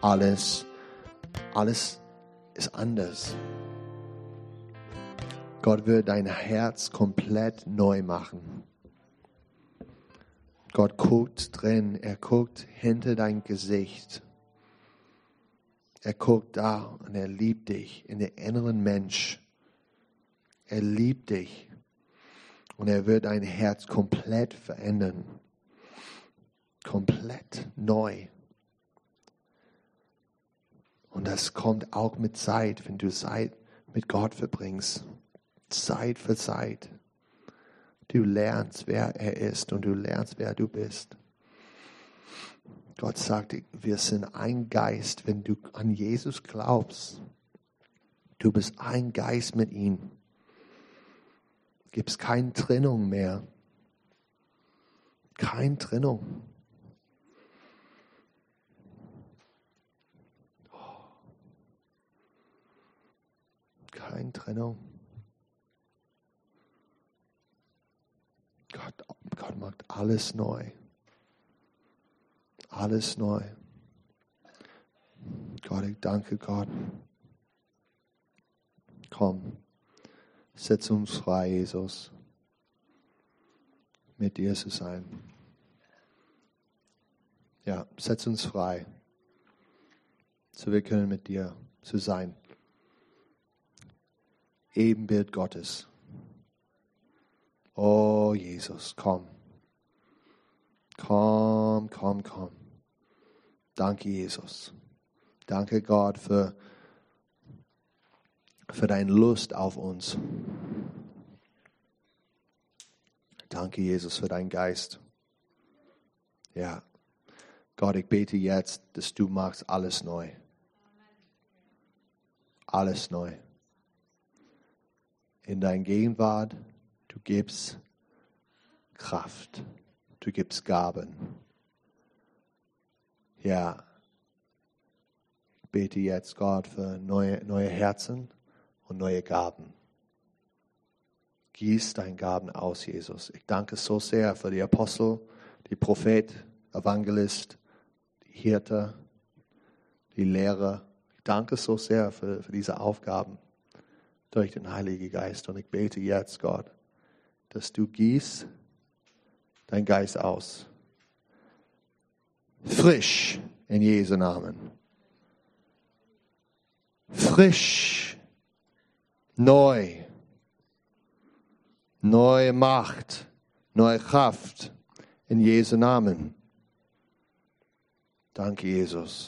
Speaker 1: alles, alles ist anders. Gott wird dein Herz komplett neu machen. Gott guckt drin, er guckt hinter dein Gesicht. Er guckt da und er liebt dich in der inneren Mensch. Er liebt dich und er wird dein Herz komplett verändern. Komplett neu. Und das kommt auch mit Zeit, wenn du Zeit mit Gott verbringst. Zeit für Zeit. Du lernst, wer er ist und du lernst, wer du bist. Gott sagt, wir sind ein Geist, wenn du an Jesus glaubst. Du bist ein Geist mit ihm gibt es keine Trennung mehr. Keine Trennung. Keine Trennung. Gott, Gott macht alles neu. Alles neu. Gott, ich danke Gott. Komm. Setz uns frei, Jesus, mit dir zu sein. Ja, setz uns frei, so wir können mit dir zu sein. Ebenbild Gottes. Oh Jesus, komm. Komm, komm, komm. Danke, Jesus. Danke, Gott, für, für deine Lust auf uns. Danke, Jesus, für deinen Geist. Ja, Gott, ich bete jetzt, dass du machst alles neu. Alles neu. In deiner Gegenwart, du gibst Kraft, du gibst Gaben. Ja, ich bete jetzt, Gott, für neue, neue Herzen und neue Gaben. Gieß deine Gaben aus, Jesus. Ich danke so sehr für die Apostel, die Prophet, Evangelist, die Hirte, die Lehrer. Ich danke so sehr für, für diese Aufgaben durch den Heiligen Geist. Und ich bete jetzt, Gott, dass du gießt deinen Geist aus. Frisch in Jesu Namen. Frisch neu, neue Macht, neue Kraft in Jesu Namen. Danke, Jesus.